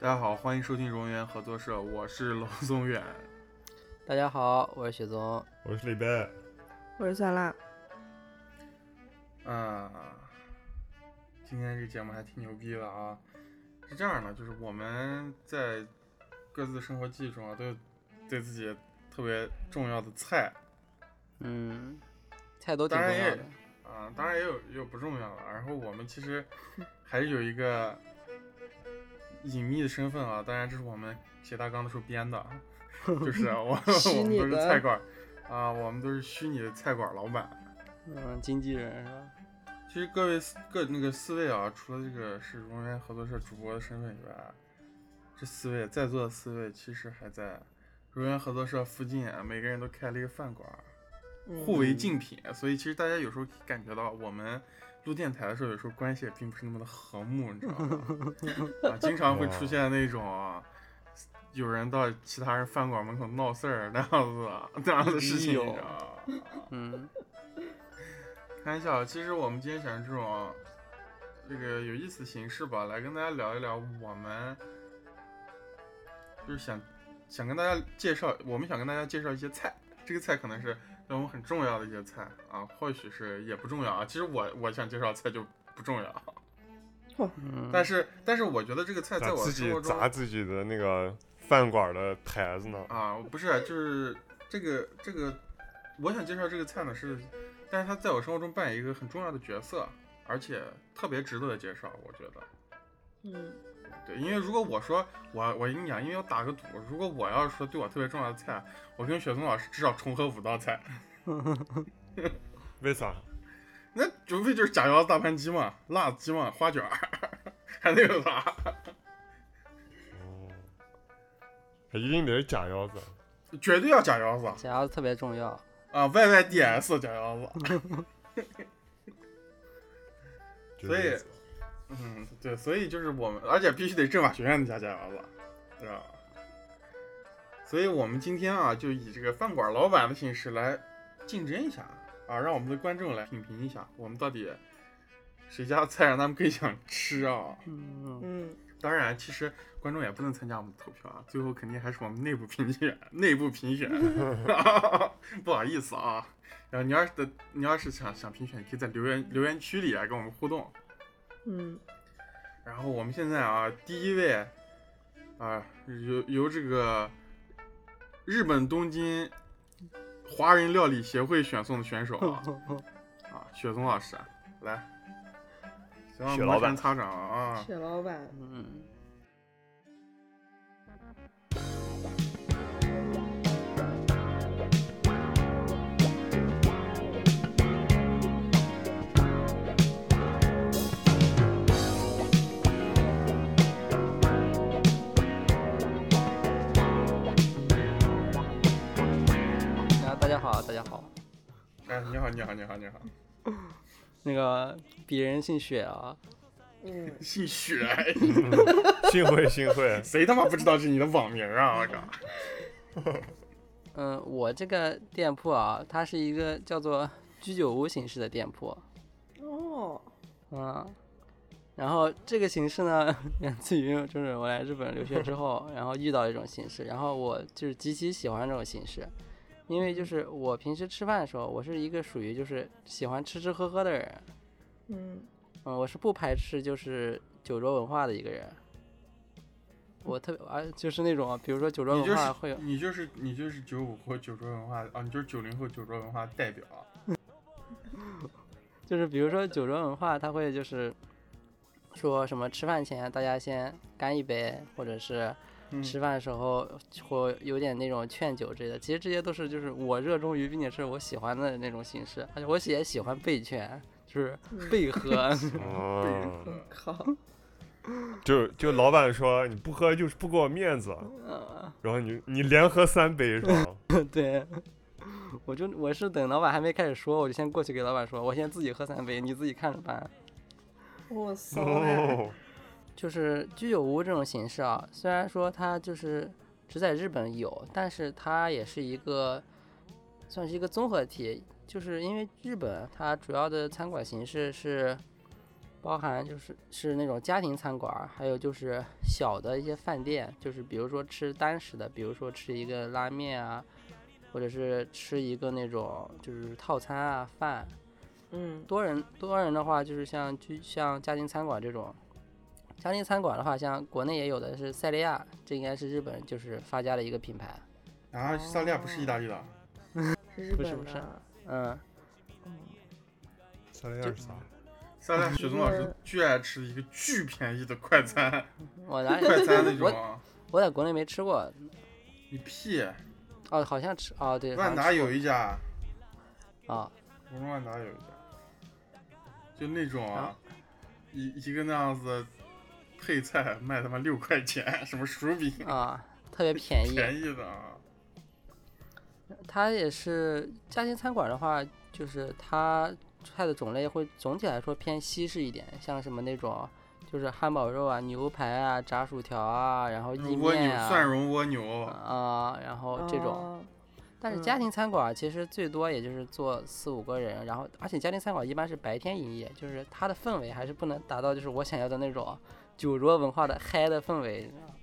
大家好，欢迎收听荣源合作社，我是娄宗远。大家好，我是雪宗。我是李白，我是酸辣，啊，今天这节目还挺牛逼的啊！是这样的，就是我们在各自的生活记忆中啊，都有对自己特别重要的菜嗯，菜都挺当重然要也的。啊，当然也有也有不重要的。然后我们其实还是有一个隐秘的身份啊，当然这是我们写大纲的时候编的，啊就是啊我虚我们拟都是的菜馆儿啊，我们都是虚拟的菜馆儿老板。嗯，经纪人是吧？其实各位四各那个四位啊，除了这个是荣源合作社主播的身份以外，这四位在座的四位其实还在荣源合作社附近啊，每个人都开了一个饭馆儿，嗯互为竞品。所以其实大家有时候感觉到我们录电台的时候，有时候关系也并不是那么的和睦，你知道吗？啊，经常会出现那种啊有人到其他人饭馆门口闹事儿那样子啊那样的事情，你知道吗？嗯，开玩笑，其实我们今天想用这种这个有意思的形式吧，来跟大家聊一聊我们就是想想跟大家介绍，我们想跟大家介绍一些菜，这个菜可能是对我们很重要的一些菜啊，或许是也不重要啊。其实我我想介绍的菜就不重要，嗯但是但是我觉得这个菜在咋我的自生活己中砸自己的那个饭馆的牌子呢？啊，不是，就是这个这个，我想介绍这个菜呢是，但是它在我生活中扮演一个很重要的角色，而且特别值得介绍，我觉得。嗯，对，因为如果我说我我跟你讲，因为我打个赌，如果我要是说对我特别重要的菜，我跟雪松老师至少重合五道菜， 为啥？那无非就是假腰子、大盘鸡嘛、辣子鸡嘛、花卷儿， 还能有啥？哦，还一定得是假腰子。绝对要假腰子假牙特别重要。啊！Y Y D S 假腰子，绝所以对是嗯，对，所以就是我们，而且必须得政法学院的假假腰子，对吧？所以我们今天啊，就以这个饭馆老板的形式来竞争一下啊，让我们的观众来品评一下，我们到底谁家的菜让他们更想吃啊？嗯，嗯，当然，其实观众也不能参加我们的投票啊，最后肯定还是我们内部评选，内部评选， 不好意思啊。然后你要是的，你要是想想评选，你可以在留言留言区里来跟我们互动。嗯，然后我们现在啊，第一位啊，由由这个日本东京华人料理协会选送的选手啊 啊，雪松老师来，行，雪老摩板拳擦掌啊，雪老板，嗯，啊，大家好，大家好。哎，你好，你好，你好， 你好，那个鄙人姓雪啊， 嗯，姓雪。，幸会幸 会谁他妈不知道是你的网名啊！我靠， 嗯，我这个店铺啊，它是一个叫做居酒屋形式的店铺，哦，嗯，然后这个形式呢， 源自于就是我来日本留学之后，然后遇到一种形式，然后我就是极其喜欢这种形式，因为就是我平时吃饭的时候，我是一个属于就是喜欢吃吃喝喝的人，嗯，嗯，我是不排斥就是酒桌文化的一个人，我特别啊就是那种比如说酒桌你就文是化会有，你就是你就是九五后酒桌文化啊，你就是九零后酒桌文化代表。啊就是比如说酒桌文化，他会就是说什么吃饭前大家先干一杯，或者是。嗯，吃饭的时候或有点那种劝酒之类的，其实这些都是就是我热衷于，并且是我喜欢的那种形式，而且我也喜欢被劝，就是嗯被喝。 嗯哦，靠，就就老板说你不喝就是不给我面子，嗯然后你你连喝三杯是 吧？对，我就我是等老板还没开始说，我就先过去给老板说，我先自己喝三杯，你自己看着办。我骚呀，哦，就是居酒屋这种形式啊，虽然说它就是只在日本有，但是它也是一个算是一个综合体，就是因为日本它主要的餐馆形式是包含就是是那种家庭餐馆儿，还有就是小的一些饭店，就是比如说吃单食的，比如说吃一个拉面啊，或者是吃一个那种就是套餐啊饭。嗯多人多人的话，就是像居像家庭餐馆这种，家庭餐馆的话，像国内也有的是赛利亚，这应该是日本就是发家的一个品牌。啊，萨利亚不是意大利的，是日不是本不是的，啊嗯，嗯三零二啥？萨利亚雪松老师巨爱吃的一个巨便宜的快餐，我哪 里快餐那种啊，我在国内没吃过，你屁！哦，好像吃哦对，好万像达吃有一家，过啊、我们万达有一家，就那种啊啊，一一个那样子配菜卖他妈六块钱，什么薯饼，啊，特别便宜。便宜的啊，它也是家庭餐馆的话，就是它菜的种类会总体来说偏西式一点，像什么那种就是汉堡肉啊、牛排啊、炸薯条啊，然后意就是蜗牛面啊，蒜蓉蜗牛，啊，然后这种。哦但是家嗯庭餐馆其实最多也就是坐四五个人，然后而且家庭餐馆一般是白天营业，就是它的氛围还是不能达到就是我想要的那种酒桌文化的嗨的氛围，你知道吗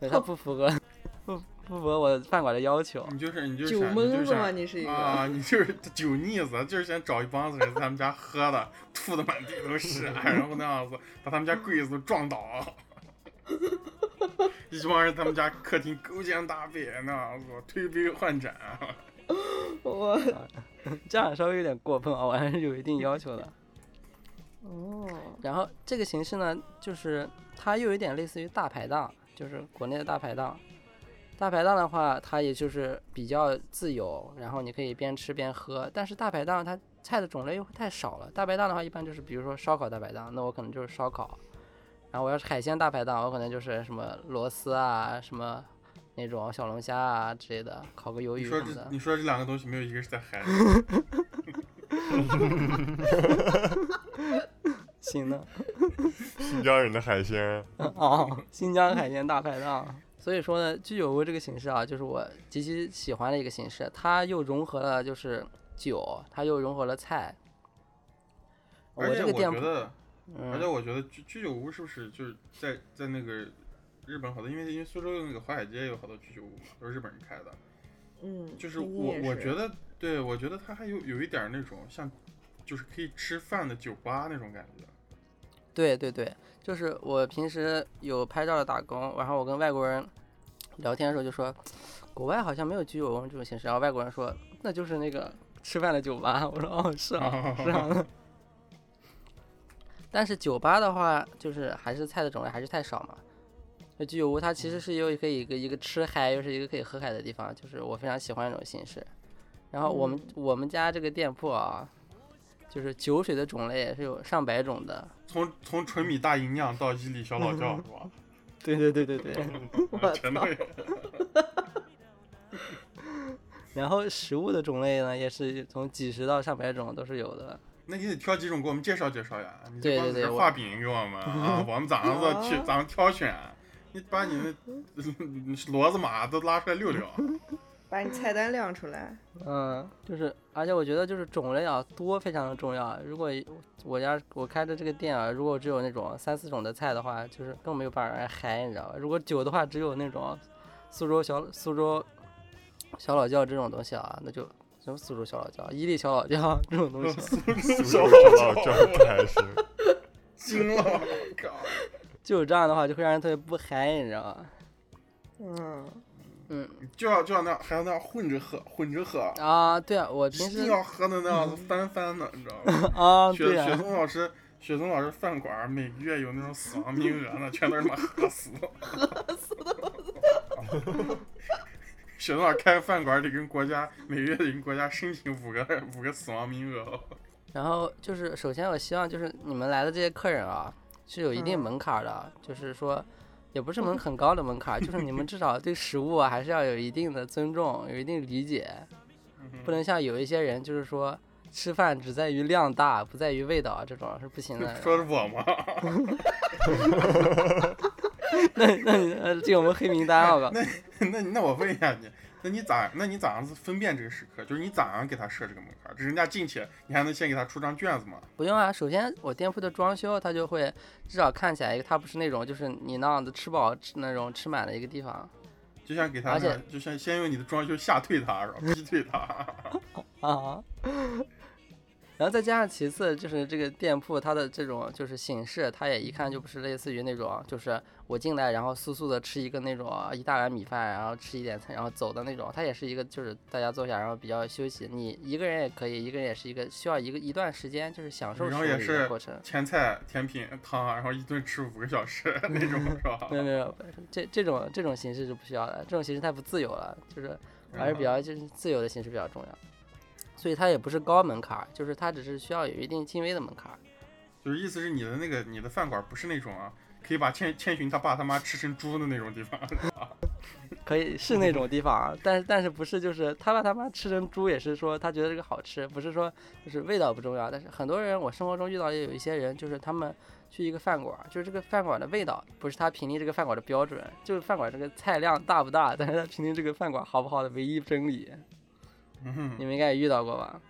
对它不符合 不不符合我饭馆的要求。你就是你就是酒想你蒙就子吗？想你是一啊，个你就是酒腻子，就是想找一帮子人在他们家喝的，吐的满地都是，然后那样子把他们家柜子都撞倒。一帮人在他们家客厅勾肩搭背，那样子推杯换盏，啊我这样稍微有点过分啊，我还是有一定要求的。哦，然后这个形式呢，就是它又有点类似于大排档，就是国内的大排档。大排档的话，它也就是比较自由，然后你可以边吃边喝。但是大排档它菜的种类又太少了。大排档的话，一般就是比如说烧烤大排档，那我可能就是烧烤；然后我要是海鲜大排档，我可能就是什么螺丝啊，什么那种小龙虾啊之类的，烤个鱿你鱼说什么这的。你说这两个东西没有一个是在 海里，行的。新疆人的海 鲜，哦，新疆海鲜大排档。 所以说呢，居酒屋这个形式啊，就是我极其喜欢的一个形式，它又融合了就是酒，它又融合了菜。而且这个我店觉铺，得，而且嗯，我觉得居居酒屋是不是就是在在那个日本好多，因为因为苏州那个华海街有好多居酒屋嘛，都是日本人开的。嗯，哦就是你我也我是觉得，对我觉得它还有有一点儿那种像，就是可以吃饭的酒吧那种感觉。对对对，就是我平时有拍照的打工，然后我跟外国人聊天的时候就说，国外好像没有居酒屋这种形式，然后外国人说那就是那个吃饭的酒吧， 我说哦是啊， 是啊。但是酒吧的话，就是还是菜的种类还是太少嘛。那居酒屋它其实是有一个一个一个吃嗨，又是一个可以喝嗨的地方，就是我非常喜欢这种形式。然后我们、我们家这个店铺啊，就是酒水的种类也是有上百种的。从从纯米大吟酿到伊犁小老窖，是吧？ 啊对对对对 对。我全都有。然后食物的种类呢，也是从几十到上百种都是有的。那你得挑几种给我们介绍介绍呀！你对就光对对指着我画饼给我们啊，我们早上子哦去早上挑选，你把你那骡子马都拉出来 溜溜。把你菜单亮出来，嗯，就是，而且我觉得就是种类啊多非常的重要。啊如果我家我开的这个店啊，如果只有那种三四种的菜的话，就是更没有办法让人嗨，你知道吧？如果酒的话，只有那种苏州小苏州小老窖这种东西啊，那就什么苏州小老窖、伊犁小老窖啊这种 东 西，苏州老窖开始， 惊了，我靠！就这样的话就会让人特别不嗨，你知道吧？嗯，嗯就要就要那样还要那样混着喝，混着喝，啊，对啊，我平一时定要喝的那样子翻翻的，你知道吗？啊，雪对雪啊，松老师，雪松老师饭馆儿每个月有那种死亡名额呢，全都是他妈喝死。 雪松老师开个饭馆儿得跟国家每个月得跟国家申请五个五个死亡名额哦。然后就是，首先我希望就是你们来的这些客人啊，是有一定嗯门槛儿的，就是说，也不是门很高的门槛儿，就是你们至少对食物啊还是要有一定的尊重，有一定理解，不能像有一些人就是说吃饭只在于量大，不在于味道，啊这种是不行的。 说是我吗？那那你呃进我们黑名单好吧？那那那我问一下你，那你咋那你咋样子分辨这个时刻？就是你咋样给他设这个门槛？这人家进去，你还能先给他出张卷子吗？不用啊，首先我店铺的装修，它就会至少看起来一个，它不是那种就是你那样子吃饱吃那种吃满的一个地方就像给他而那且个，就像先用你的装修吓退他， 然后逼退他。啊。然后再加上其次就是这个店铺它的这种就是形式，它也一看就不是类似于那种就是我进来然后速速的吃一个那种啊一大碗米饭，然后吃一点菜然后走的那种，它也是一个就是大家坐下然后比较休息，你一个人也可以，一个人也是一个需要一个一段时间就是享受然食后物也的一个是过程。前菜、甜品、汤，啊然后一顿吃五个小 时那种，是吧？嗯没有没有，这这种这种形式是不需要的，这种形式太不自由了，就是嗯还是比较就是自由的形式比较重要，所以它也不是高门槛儿，就是它只是需要有一定轻微的门槛儿。就是意思是你的那个你的饭馆不是那种啊，可以把千千寻他爸他妈吃成猪的那种地方。 可以是那种地方啊，但是但是不是就是他爸他妈吃成猪也是说他觉得这个好吃，不是说就是味道不重要。但是很多人我生活中遇到也有一些人，就是他们去一个饭馆，就是这个饭馆的味道不是他评定这个饭馆的标准，就是饭馆这个菜量大不大，但是他评定这个饭馆好不好的唯一真理。嗯你哼，们应该也遇到过吧？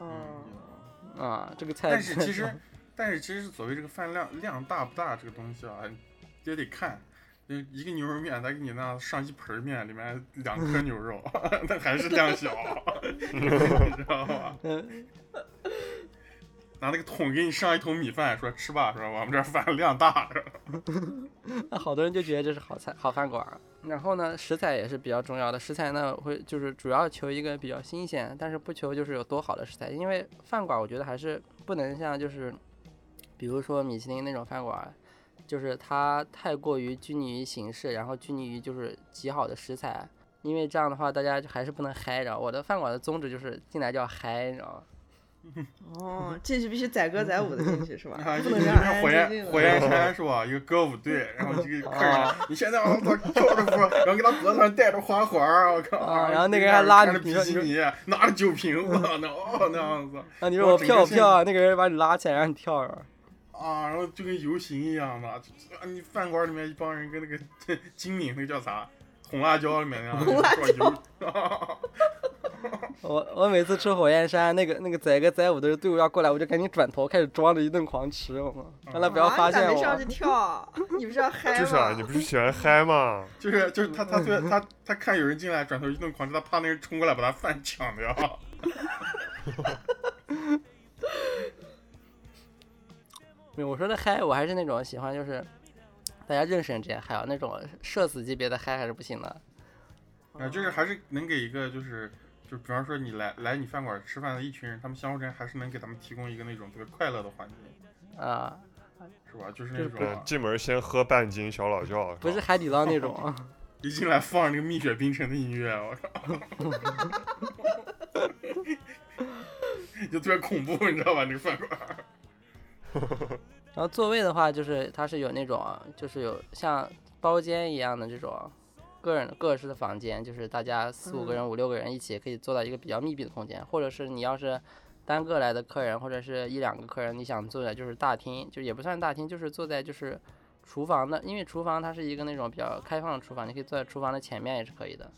嗯哦，啊，这个菜。但是其实， 但是其实所谓这个饭量量大不大这个东西啊，也得看。就一个牛肉面，他给你那样上一盆儿面，里面两颗牛肉， 那还是量 小， 你知道吧？嗯，拿那个桶给你上一桶米饭，说吃吧，说我们这儿饭量大，是吧？那好多人就觉得这是好菜好饭馆儿。然后呢，食材也是比较重要的。食材呢，会就是主要求一个比较新鲜，但是不求就是有多好的食材，因为饭馆儿我觉得还是不能像就是，比如说米其林那种饭馆儿，就是它太过于拘泥于形式，然后拘泥于就是极好的食材，因为这样的话大家就还是不能嗨着。我的饭馆儿的宗旨就是进来就要嗨，你知道吗？哦，进去必须载歌载舞的进去是吧啊，？一不个能就让是安火安静焰静的。火焰山是啊吧？一啊个歌舞队，然后这个客人，你现在我操跳着舞，然后给他脖子上戴着花环儿，我靠！啊然后那个人还拉穿着你比说基你说尼，拿着酒瓶子，那哦那样子啊，你我说我整跳个不现跳啊？那个人把你拉起来让你跳着。啊，然后就跟游行一样的，就就啊你饭馆里面一帮人跟那个 金敏那个叫啥红辣椒里面那样，红辣就是说游我我每次吃火焰山，那个那个载歌载舞的队伍要过来，我就赶紧转头开始装着一顿狂吃，我操，让他不要啊发你咋现没上去我。跳，你不 是要嗨吗？就是啊，你不是喜欢嗨吗？ 就是就是他他对他他看有人进来，转头一顿狂吃，他怕那人冲过来把他饭抢掉。没有我说的嗨，我还是那种喜欢就是大家认识人之间嗨啊，那种社死级别的嗨还是不行的。啊，就是还是能给一个就是就比方说你来来你饭馆吃饭的一群人，他们相互之间还是能给他们提供一个那种特别快乐的环境，啊、是吧？就是那就 是种对啊，嗯进门先喝半斤小老窖，不是吧海底捞那种，啊一进来放那个蜜雪冰城的音乐，啊我靠， 就特别恐怖，你知道吧？那个饭馆儿然后座位的话就是它是有那种就是有像包间一样的这种个人各式的房间，就是大家四五个人、五六个人一起可以坐到一个比较密闭的空间，或者是你要是单个来的客人或者是一两个客人，你想坐在就是大厅，就也不算大厅，就是坐在就是厨房的，因为厨房它是一个那种比较开放的厨房，你可以坐在厨房的前面也是可以的，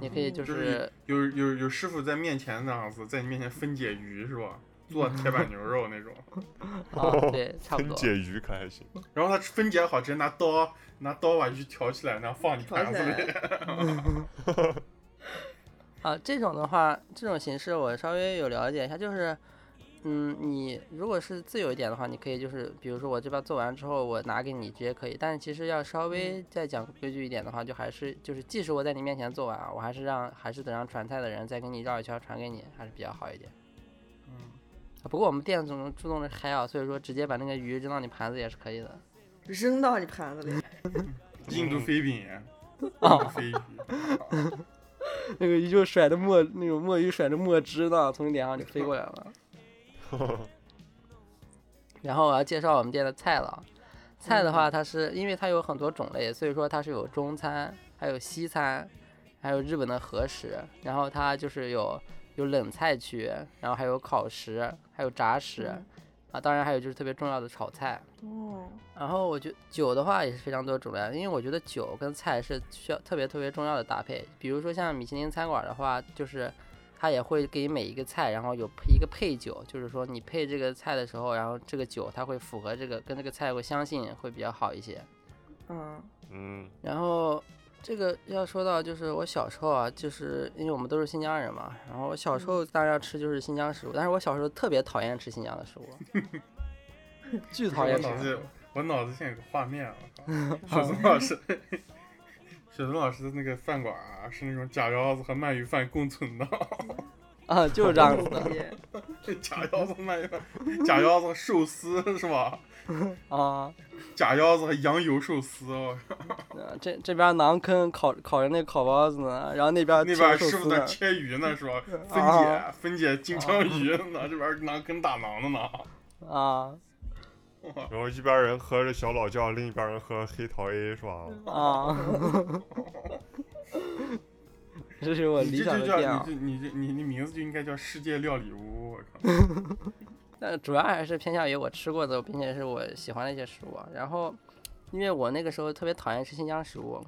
你嗯可以就就是有有有师傅在面前那样子，在你面前分解鱼是吧？做铁板牛肉那种，啊，哦 对，差不分 多。解鱼可还行？然后他分解好，直接拿刀拿刀把鱼挑起来，然后放你跳盘起子里。来，啊，这种的话，这种形式我稍微有了解一下，就是，嗯，你如果是自由一点的话，你可以就是，比如说我这边做完之后，我拿给你直接可以。但是其实要稍微再讲规矩一点的话，就还是就是，即使我在你面前做完啊，我还是让还是得让传菜的人再给你绕一圈传给你，还是比较好一点。 嗯啊不过我们店总注重的是嗨啊，所以说直接把那个鱼扔到你盘子也是可以的。扔到你盘子里，印度飞饼，印度啊， 飞鱼，那个鱼就甩的墨那种墨鱼甩着墨汁呢，从你脸上就飞过来了。然后我要介绍我们店的菜了。菜的话，它是因为它有很多种类，所以说它是有中餐，还有西餐，还有日本的和食。然后它就是有有冷菜区，然后还有烤食，还有炸食，嗯啊，当然还有就是特别重要的炒菜。哦，然后我觉得酒的话也是非常多种类的，因为我觉得酒跟菜是需要特别特别重要的搭配。比如说像米其林餐馆的话，就是它也会给每一个菜，然后有配一个配酒，就是说你配这个菜的时候，然后这个酒它会符合这个跟这个菜会相信会比较好一些。嗯嗯然后这个要说到就是我小时候啊，就是因为我们都是新疆人嘛，然后我小时候当然要吃就是新疆食物，但是我小时候特别讨厌吃新疆的食物， 巨讨我厌吃脑新疆的食子物。我脑子现在有个画面 啊，我靠雪松老师，雪松老师的那个饭馆啊，是那种假腰子和鳗鱼饭共存的， 啊，就是这样子的。也假腰子鳗鱼饭，假腰子寿司是吧？啊，假腰子和羊油寿司，哦我靠呃这这边馕坑烤烤着那烤包子呢，然后那边那啊切边寿师傅司呢在，切鱼呢是吧？分啊解分解金枪鱼呢，这边馕跟打馕的呢。啊哇嗯然后一边人喝着小老窖，另一边人喝黑桃 A 是吧？嗯啊，这是我你理这想的就店啊叫。你这你这你你名字就应该叫世界料理屋，我靠！但主要还是偏向于我吃过的，并且是我喜欢的一些食物啊。然后，因为我那个时候特别讨厌吃新疆食物，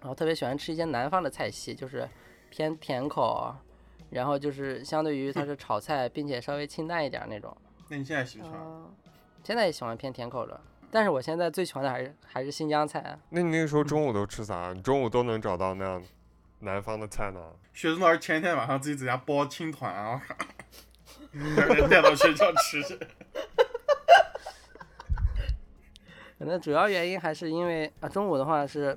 然后特别喜欢吃一些南方的菜系，就是偏甜口，然后就是相对于它是炒菜，并且稍微清淡一点儿那种。那你现在喜不喜欢？哦，现在也喜欢偏甜口的，但是我现在最喜欢的还是还是新疆菜啊。那你那个时候中午都吃啥？你中午都能找到那样南方的菜呢？雪松老师前一天晚上自己在家包青团啊， 我靠，带带到学校吃去。可能主要原因还是因为啊，中午的话是，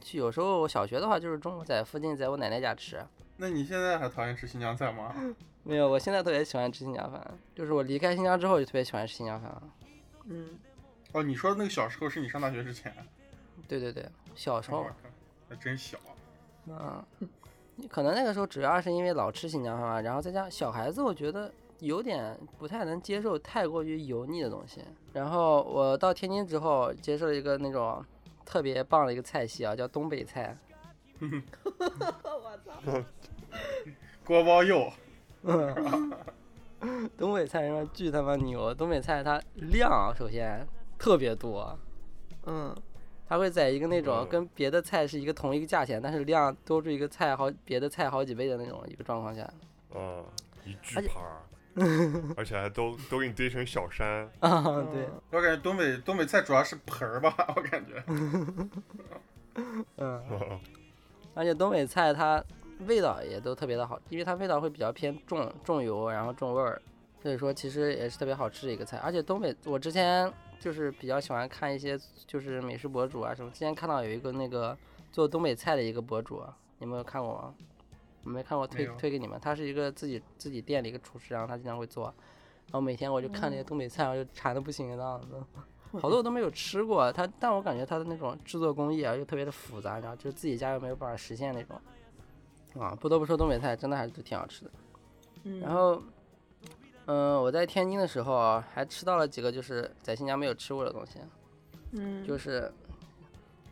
去有时候我小学的话就是中午在附近在我奶奶家吃。那你现在还讨厌吃新疆菜吗？没有，我现在特别喜欢吃新疆饭，就是我离开新疆之后就特别喜欢吃新疆饭了。 嗯，哦，你说那个小时候是你上大学之前？啊对对对，小时候我，靠，那真小。啊嗯，可能那个时候主要是因为老吃新疆饭吧，然后再加上小孩子，我觉得有点不太能接受太过于油腻的东西。然后我到天津之后，接受了一个那种特别棒的一个菜系啊，叫东北菜。我操，锅包肉， 东北菜他妈巨他妈牛，东北菜它量啊首先特别多，嗯，它会在一个那种嗯跟别的菜是一个同一个价钱，但是量多出一个菜好别的菜好几倍的那种一个状况下，嗯，一巨而且 盘儿，而且还都都给你堆成小山。啊嗯 对，哦我感觉东北东北菜主要是盆儿吧，我感觉。嗯，而且东北菜它味道也都特别的好，因为它味道会比较偏重重油，然后重味儿，所以说其实也是特别好吃的一个菜。而且东北，我之前就是比较喜欢看一些就是美食博主啊什么，之前看到有一个那个做东北菜的一个博主，啊你们有看过吗？我没看过，推没有推给你们。他是一个自己自己店的一个厨师，然后他经常会做，啊然后每天我就看那些东北菜，我就馋的不行了。 好多我都没有吃过，它但我感觉它的那种制作工艺啊，又特别的复杂，然后就是自己家又没有办法实现那种。啊，不得不说东北菜真的还是挺好吃的。嗯然后，嗯、我在天津的时候啊，还吃到了几个就是在新疆没有吃过的东西，嗯，就是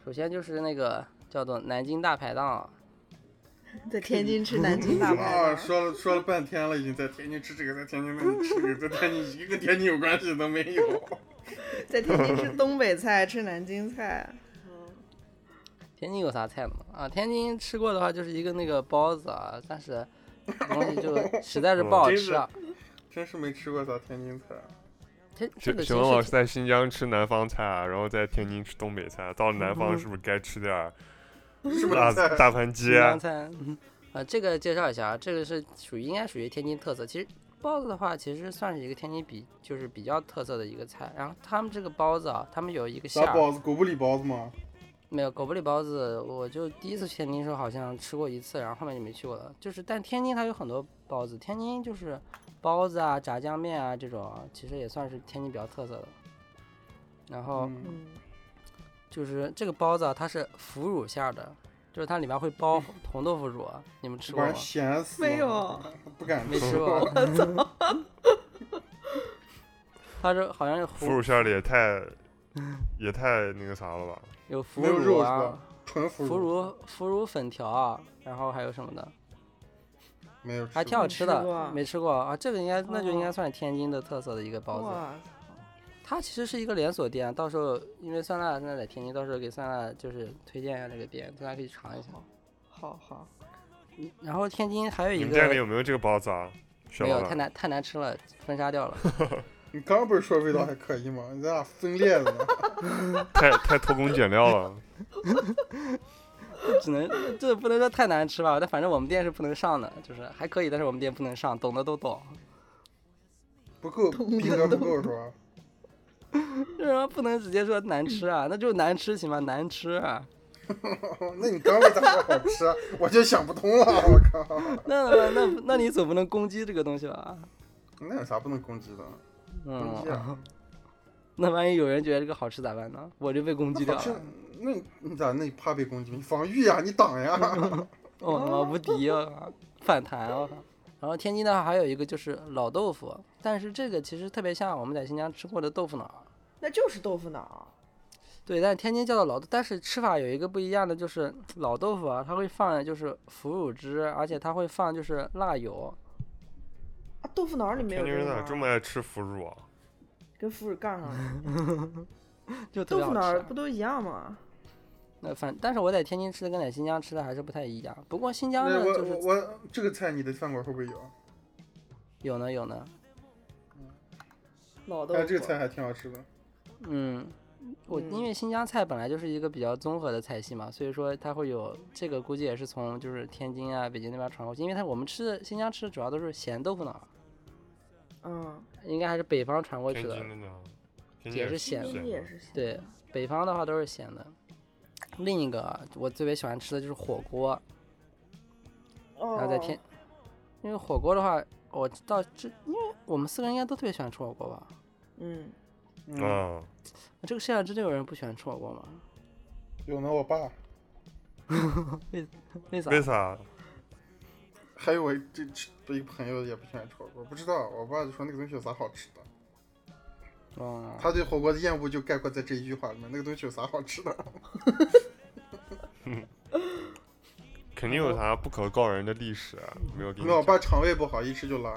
首先就是那个叫做南京大排档啊，在天津吃南京 大排啊，档，说了说了半天了，已经在天津吃这个，在天津那里吃这个，在天津一个天津有关系都没有。在天津吃东北菜，吃南京菜，天津有啥菜呢？啊，天津吃过的话就是一个那个包子啊，但是这东西 就实在是不好真吃啊。真是没吃过啥天津菜。天这雪个雪形龙式老师在新疆吃南方菜啊，然后在天津吃东北菜，到了南方嗯是不是该吃点儿什大么菜？大盘鸡新啊？疆菜，嗯啊，这个介绍一下啊，这个是属于应该属于天津特色。其实包子的话，其实算是一个天津比就是比较特色的一个菜。然后他们这个包子啊，他们有一个馅啥儿，包子？狗不理包子吗？没有狗不理包子，我就第一次去天津的时候好像吃过一次，然后后面就没去过了。就是但天津它有很多包子，天津就是包子啊、炸酱面啊这种啊，其实也算是天津比较特色的。然后，嗯 嗯就是这个包子啊，它是腐乳馅儿的，就是它里面会嗯包红豆腐乳，啊你们吃这过玩意吗儿？咸死了。没有，不敢没吃过。他说好像有腐乳腐馅儿的 也太也太那个啥了吧？有腐没有肉乳是啊吧，？纯腐腐乳腐乳粉条啊，然后还有什么的，没有吃过。还挺好没吃啊吃的，过没吃过啊。这个应该那就应该哦算天津的特色的一个包子。哇，它其实是一个连锁店，到时候因为酸辣现在在天津，到时候给酸辣就是推荐一下这个店，大家可以尝一下。好好，然后天津还有一你们店里个有没有这个包子啊？薛没老有太板，难太难吃了，封杀掉了。你刚不是说味道还可以吗？你咱俩分裂了呢。太太偷工减料了。只能这不能说太难吃吧，但反正我们店是不能上的，就是还可以，但是我们店不能上，懂的都懂。不够，逼格不够是吧？为什么不能直接说难吃啊？那就难吃行吗？难吃、啊，那你刚为咋说好吃？啊我就想不通了，我靠！那那那那你总不能攻击这个东西吧？那有啥不能攻击的？攻击嗯啊，那万一有人觉得这个好吃咋办呢？我就被攻嗯 击那掉好吃了，，那你你咋那你怕被攻击？你防御啊呀，你挡呀！嗯 我哦他哦妈无敌啊，反弹啊！然后天津的话还有一个就是老豆腐，但是这个其实特别像我们在新疆吃过的豆腐脑儿，那就是豆腐脑。对，但是天津叫做老豆，但是吃法有一个不一样的，就是老豆腐啊，它会放就是腐乳汁，而且它会放就是辣油。啊，豆腐脑里面天有津人这咋个这吗？么爱吃腐乳啊？跟腐乳杠上 了。就特豆别腐好脑吃儿啊不。都一样吗？那反，但是我在天津吃的跟在新疆吃的还是不太一样。不过新疆那的我就我是我这个菜你的饭馆会不会有？有呢有呢，老豆腐。哎，这个菜还挺好吃的。嗯，我因嗯为新疆菜本来就是一个比较综合的菜系嘛，所以说它会有这个，估计也是从就是天津啊、北京那边传过去，因为它我们吃的新疆吃的主要都是咸豆腐脑儿，嗯，应该还是北方传过去天的。津的呢？天津也是天咸的啊津也是咸。对，北方的话都是咸的。另一个我特别喜欢吃的就是火锅，哦。然后在天，因为火锅的话，我到这，因为我们四个人应该都特别喜欢吃火锅吧？嗯，嗯，啊，这个世界上真的有人不喜欢吃火锅吗？有呢，我爸，为啥？为啥？还有我这这一个朋友也不喜欢吃火锅，不知道。我爸就说那个东西有啥好吃的，哦，他对火锅的厌恶就概括在这一句话里面。那个东西有啥好吃的？肯定有啥不可告人的历史啊，嗯没有给因你为我讲。爸肠胃不好，一吃就拉。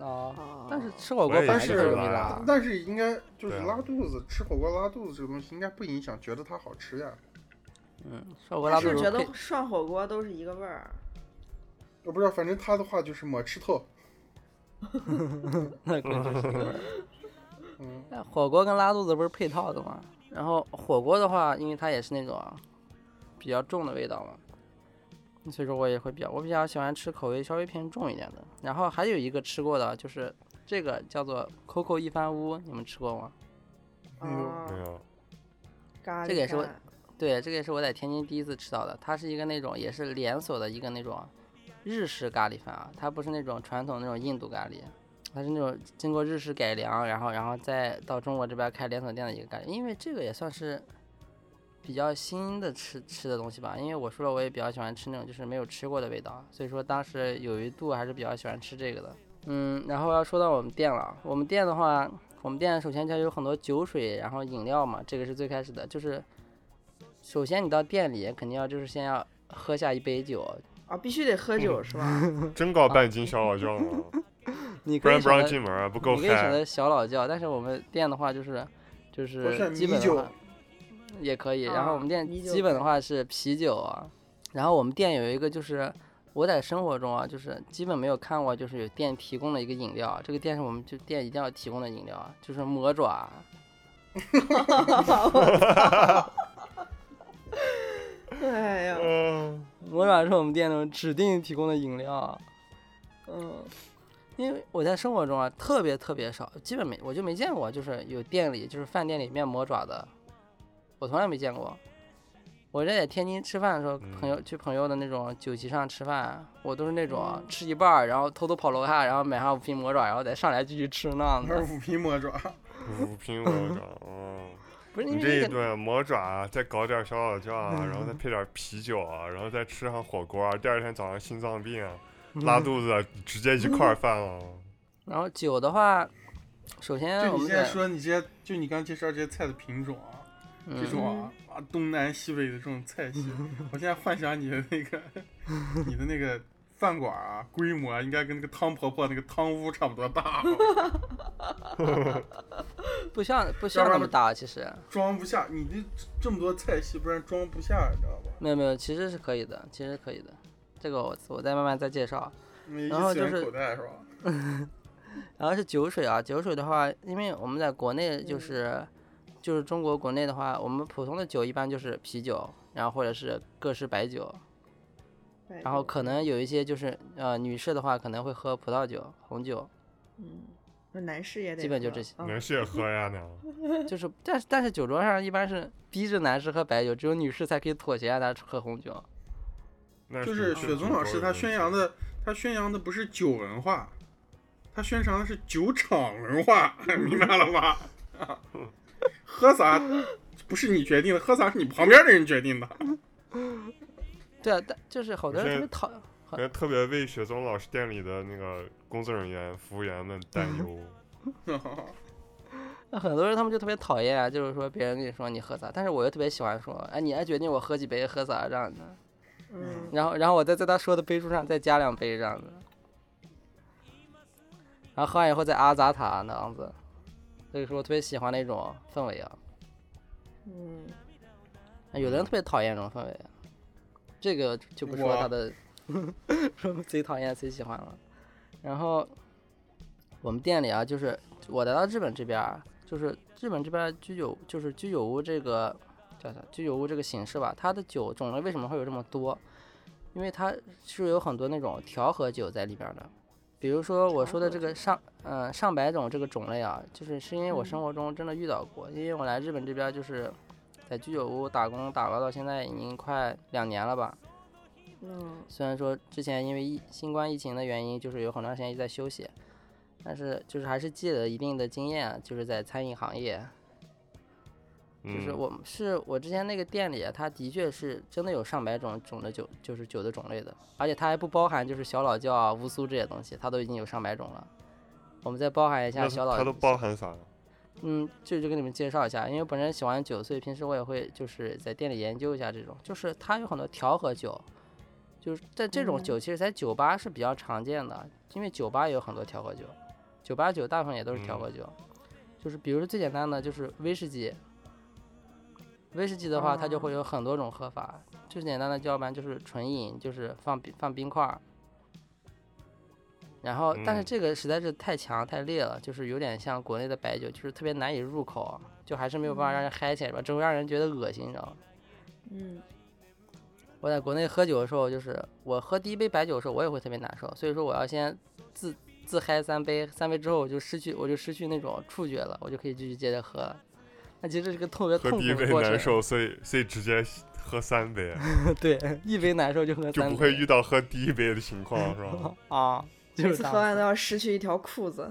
哦，哦。但是吃火锅我也本来就吃容易了拉，但是应该就是对啊拉肚子，吃火锅拉肚子这个东西应该不影响觉得它好吃呀。嗯，吃火锅拉但肚是子觉可以得涮火锅都是一个味儿。我不知道，反正他的话就是没吃透。那可能是这个味儿。嗯，但火锅跟拉肚子不是配套的吗？然后火锅的话，因为它也是那种比较重的味道嘛，所以说我也会比较，我比较喜欢吃口味稍微偏重一点的。然后还有一个吃过的就是这个叫做 Coco 一番屋，你们吃过吗？哎呦没啊，有，咖喱这个也是我饭对，这个也是我在天津第一次吃到的，它是一个那种也是连锁的一个那种日式咖喱饭啊，它不是那种传统那种印度咖喱，它是那种经过日式改良，然后然后再到中国这边开连锁店的一个咖喱，因为这个也算是比较新的吃吃的东西吧，因为我说了我也比较喜欢吃那种就是没有吃过的味道，所以说当时有一度还是比较喜欢吃这个的。嗯，然后要说到我们店了，我们店的话，我们店首先就有很多酒水，然后饮料嘛，这个是最开始的，就是首先你到店里肯定要就是先要喝下一杯酒，啊，必须得 喝酒是吧？ 真搞半斤小老窖吗？啊你嗯不可以然不选让择进门啊，不够你可以选嗨。择小老窖，但是我们店的话就是就我选是米基本的酒话也可以。啊然后我们店米酒基本的可以话是啤酒啊，然后我们店有一个就是我在生活中啊，就是基本没有看过就是有店提供的一个饮料，这个店是我们就店一定要提供的饮料啊，就是魔爪。哎呀，嗯，魔爪是我们店中指定提供的饮料，啊嗯，因为我在生活中啊特别特别少，基本没我就没见过，就是有店里就是饭店里面魔爪的，我从来没见过。我这在天津吃饭的时候，朋友去朋友的那种酒席上吃饭，我都是那种嗯吃一半儿，然后偷偷跑楼下，然后买上五瓶魔爪，然后再上来继续吃那样那 的。是五皮魔爪， 五拼魔爪，哦，不 是因你这为一那个，嗯顿魔爪，啊再搞点小老窖啊，然后再配点啤酒啊，然后再吃上火锅啊，第二天早上心脏病啊，嗯拉肚子啊，直接一块儿饭了。啊然后酒的话，首先就我你们现在在说你这些，就你刚介绍这些菜的品种啊，这嗯，种啊啊东南西北的这种菜 系，我现在幻想你的那个你的那个饭馆啊规模啊应该跟那个汤婆婆那个汤屋差不多大。不像不需要那么大，其实装不下，你这这么多菜系，不然装不下，你知道吧？没有没有，其实是可以的，其实是可以的。这个我我再慢慢再介绍。你一然后次就元是口袋是吧？然后是酒水啊，酒水的话，因为我们在国内就是、就是中国国内的话，我们普通的酒一般就是啤酒，然后或者是各式白酒，白然后酒可能有一些就是呃女士的话可能会喝葡萄酒、红酒，嗯，那男士也得基本就喝这些啊能谢喝呀呢？嗯就是但是但是酒桌上一般是逼着男士喝白酒，只有女士才可以妥协让他喝红酒。那就是是雪宗老师他宣扬的的，他宣扬的不是酒文化，他宣扬的是酒厂文化， 明白了吧？喝啥不是你决定的，喝啥是你旁边的人决定的。对啊，但就是好多我人特现别讨，好人特别为雪宗老师店里的那个工作人员、服务员们担嗯忧。很多人他们就特别讨厌啊，就是说别人跟你说你喝啥，但是我又特别喜欢说，哎，你来决定我喝几杯喝啥这样的。嗯，然后然后我再在他说的杯数上再加两杯这样子，然后喝完以后再阿扎塔那样子，所以说我特别喜欢那种氛围啊。嗯，有的人特别讨厌这种氛围啊，这个就不说我他的， 说谁讨厌谁喜欢了。然后我们店里啊，就是我来到日本这边儿，就是日本这边儿居酒就是居酒屋这个叫啥居酒屋这个形式吧，它的酒种类为什么会有这么多？因为它是有很多那种调和酒在里边儿的，比如说我说的这个上呃上百种这个种类啊，就是是因为我嗯生活中真的遇到过，因为我来日本这边儿就是在居酒屋打工打捞到现在已经快两年了吧，嗯，虽然说之前因为疫新冠疫情的原因，就是有很长时间一直在休息，但是就是还是积累了一定的经验啊，就是在餐饮行业， 就是嗯我们是我之前那个店里啊，它的确是真的有上百种种的酒，就是酒的种类的，而且它还不包含就是小老窖啊、乌苏这些东西，它都已经有上百种了。我们再包含一那下是小老，他都包含啥？嗯，这就跟你们介绍一下，因为本身喜欢酒，所以平时我也会就是在店里研究一下这种，就是它有很多调和酒，就是在这种嗯酒其实在酒吧是比较常见的，因为酒吧也有很多调和酒，酒吧酒大部分也都是调和酒，就是比如说最简单的就是威士忌，威士忌的话它就会有很多种喝法，最简单的就要不然就是纯饮，就是放冰放冰块儿。然后，但是嗯这个实在是太强太烈了，就是有点像国内的白酒，就是特别难以入口啊，就还是没有办法让人嗨起来吧，只会让人觉得恶心，你知道吗？嗯，我在国内喝酒的时候，就是我喝第一杯白酒的时候，我也会特别难受，所以说我要先自自嗨三杯，三杯之后我就失去我就失去那种触觉了，我就可以继续接着喝了。那其实是个特别喝痛第一苦杯的过难程，受，所以所以直接喝三 杯，啊对，一杯难受就喝就三不会杯，遇到喝第一杯的情况，是吧？ 啊， 就每是次这喝样完子都要失去一条裤子，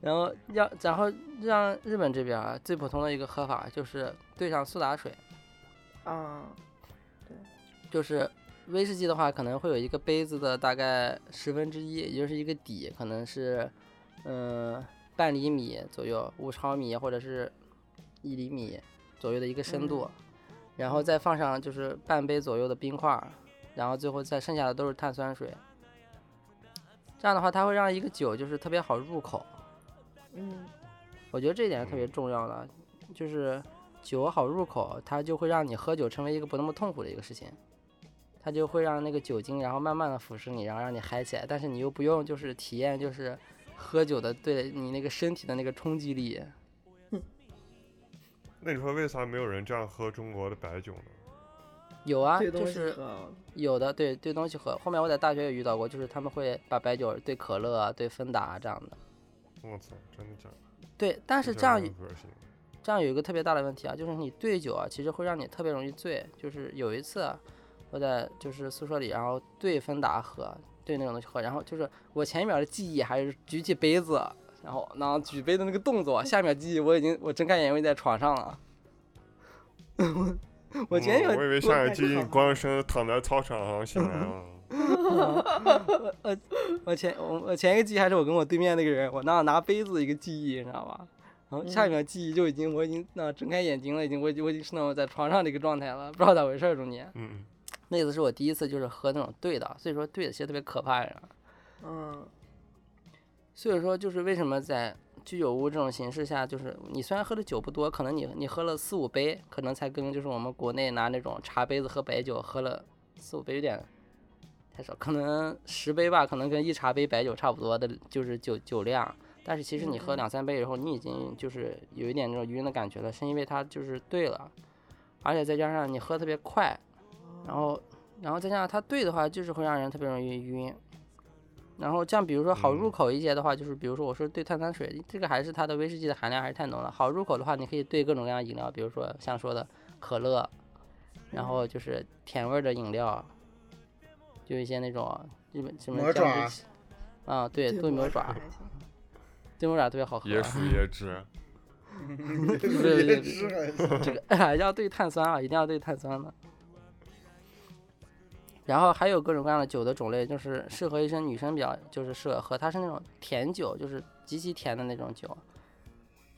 然后要，然后让日本这边啊，最普通的一个喝法就是兑上苏打水，啊，就是威士忌的话，可能会有一个杯子的大概十分之一，也就是一个底，可能是嗯、呃半厘米左右，五十毫米或者是一厘米左右的一个 深度，嗯然后再放上就是半杯左右的冰块儿，然后最后再剩下的都是碳酸水。这样的话，它会让一个酒就是特别好入口，嗯，我觉得这一点是特别嗯重要的，就是酒好入口，它就会让你喝酒成为一个不那么痛苦的一个事情，它就会让那个酒精然后慢慢的腐蚀你，然后让你嗨起来，但是你又不用就是体验就是喝酒的对你那个身体的那个冲击力，那你说为啥没有人这样喝中国的白酒呢？有啊，嗯对东就西是喝有的对对东西喝。后面我在大学也遇到过，就是他们会把白酒兑可乐啊、兑芬达啊这样的，我操，真的假的？对，但是想这样想恶心。这样有一个特别大的问题啊，就是你兑酒啊，其实会让你特别容易醉。就是有一次啊我在就是宿舍里，然后兑芬达喝，兑那种东西喝，然后就是我前一秒的记忆还是举起杯子，然后那样举杯的那个动作，下一秒记忆我已经我睁开眼我已经在床上了。 我前一秒嗯我以为我下个季你光身躺在操场上醒来了。 我前我我前一个记忆还是我跟我对面那个人，我那样拿杯子的一个记忆，你知道吧？然后下一秒记忆就已经我已经那样睁开眼睛了，已经我已经我已经是那种在床上的一个状态了，不知道咋回事儿中间。 嗯，那次是我第一次就是喝那种兑的，所以说兑的其实特别可怕呀。嗯所以说，就是为什么在居酒屋这种形式下，就是你虽然喝的酒不多，可能你你喝了四五杯，可能才跟就是我们国内拿那种茶杯子喝白酒喝了四五杯有点太少，可能十杯吧，可能跟一茶杯白酒差不多的，就是酒酒量。但是其实你喝嗯嗯两三杯以后，你已经就是有一点那种晕的感觉了，是因为它就是对了，而且再加上你喝特别快，然后然后再加上它对的话，就是会让人特别容易晕。然后像比如说好入嗯口一些的话，就是比如说我说兑碳酸水，这个还是它的威士忌的含量还是太浓了。好入口的话，你可以兑各种各样的饮料，比如说像说的可乐，然后就是甜味儿的饮料，就一些那种日本什么魔姜汁爪起啊，对，对炖魔牛爪爪，还行炖牛爪特别好喝。椰树椰汁，对对 也是很这个 要兑碳酸啊，一定要兑碳酸的。然后还有各种各样的酒的种类，就是适合一些女生比较就是适合喝，它是那种甜酒，就是极其甜的那种酒。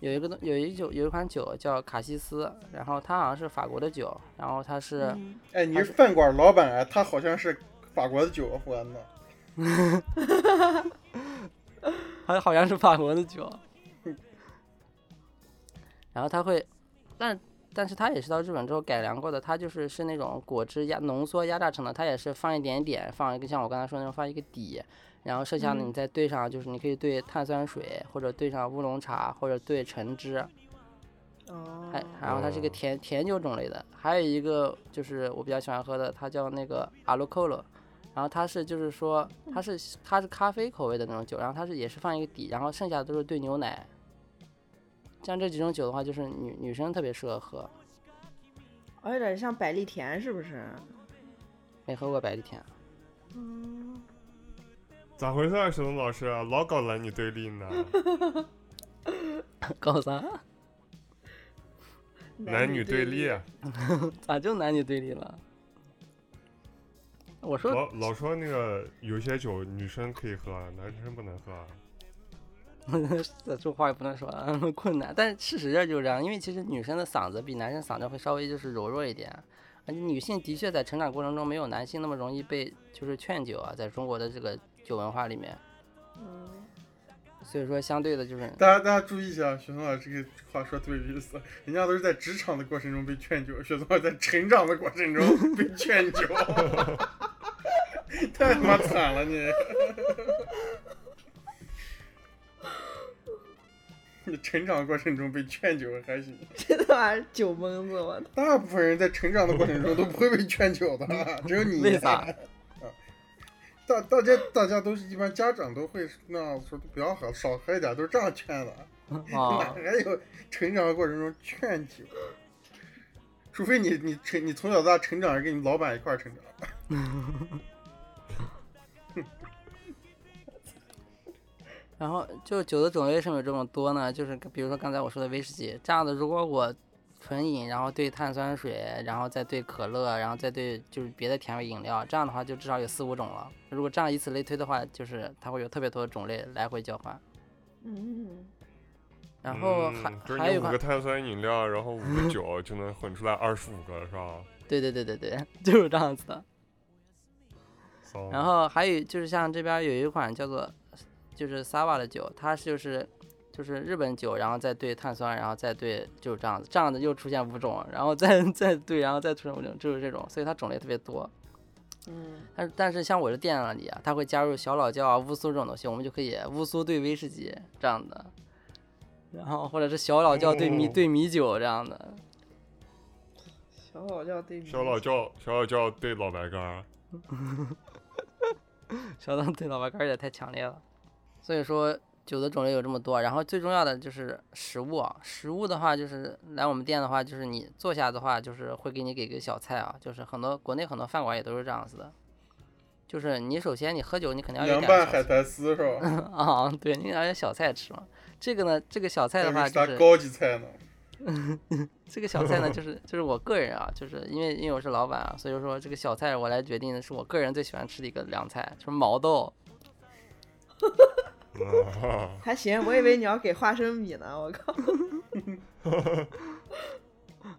有一个东有一酒有一款酒叫卡西斯，然后它好像是法国的酒，然后它是、嗯哎，你是饭馆老板啊？他好像是法国的酒，我呢。它好像是法国的酒，然后它会，但但是它也是到日本之后改良过的，它就是是那种果汁压浓缩压榨成的，它也是放一点点，放一个像我刚才说的那种放一个底，然后剩下的嗯你再兑上，就是你可以兑碳酸水，或者兑上乌龙茶，或者兑橙汁，哦还然后它是一个哦甜甜酒种类的，还有一个就是我比较喜欢喝的，它叫那个阿罗扣罗，然后它是就是说它是它是咖啡口味的那种酒，然后它是也是放一个底，然后剩下的都是兑牛奶。像这几种酒的话，就是女女生特别适合喝，哦，有点像百利甜是不是？没喝过百利甜， 嗯，咋回事啊？沈东老师，老搞男女对 立呢？搞啥？男女对立，啊咋就男女对立了？我说老老说那个有些酒女生可以喝，啊男生不能喝。这这话也不能说啊， 困难。但是事实上就是这样，因为其实女生的嗓子比男生嗓子会稍微就是柔弱一点，而且女性的确在成长过程中没有男性那么容易被就是劝酒啊，在中国的这个酒文化里面，嗯， 所以说相对的就是大家大家注意一下，雪松老师这个话说特别有意思，人家都是在职场的过程中被劝酒，雪松老师在成长的过程中 被劝酒， 太他妈惨了你！ 你成长的过程中被劝酒还行，这他妈酒蒙子，我大部分人在成长的过程中都不会被劝酒 的，只有你。啊为啥？大大家大家都是一般家长都会那样说，不要喝，少喝一点，都是这样劝的。哪啊，还有成长的过程中劝酒？除非你你成你从小到大成长是跟你老板一块儿成长，然后就酒的种类为什么有这么多呢？就是比如说刚才我说的威士忌这样的，如果我纯饮，然后兑碳酸水，然后再兑可乐，然后再兑就是别的甜味饮料，这样的话就至少有四五种了。如果这样以此类推的话，就是它会有特别多的种类来回交换。嗯，然后还、嗯、就是还有你一五款个，碳酸饮料，然后五个酒就能混出来二十五个，是 吧？对对对对对， 就是这样子的。哦然后还有就是像这边有一款叫做就是 Sava 的酒，它是就是就是日本酒，然后再兑碳酸，然后再兑就是这样子，这样子又出现五种，然后再 再兑，然后再出现五种，就是这种，所以它种类特别多。嗯，但是但是像我的店里啊，它会加入小老窖啊、乌苏这种东西，我们就可以乌苏兑威士忌这样的，然后或者是小老窖兑米哦兑米酒这样的，小老窖对比小老窖，小老窖对老白 干儿，小当对老白干儿也太强烈了。所以说酒的种类有这么多，啊然后最重要的就是食物啊。食物的话，就是来我们店的话，就是你坐下的话，就是会给你给个小菜啊，就是很多国内很多饭馆也都是这样子的。就是你首先你喝酒，你肯定要有凉点拌小海菜苔丝是 吧？啊，对，你要有小菜吃嘛。这个呢，这个小菜的那话是就啥是高级菜呢？这个小菜呢，就是就是我个人啊，就是因为因为我是老板啊，所以说这个小菜我来决定的是我个人最喜欢吃的一个凉菜，就是毛豆。嗯还行，我以为你要给花生米呢，我靠，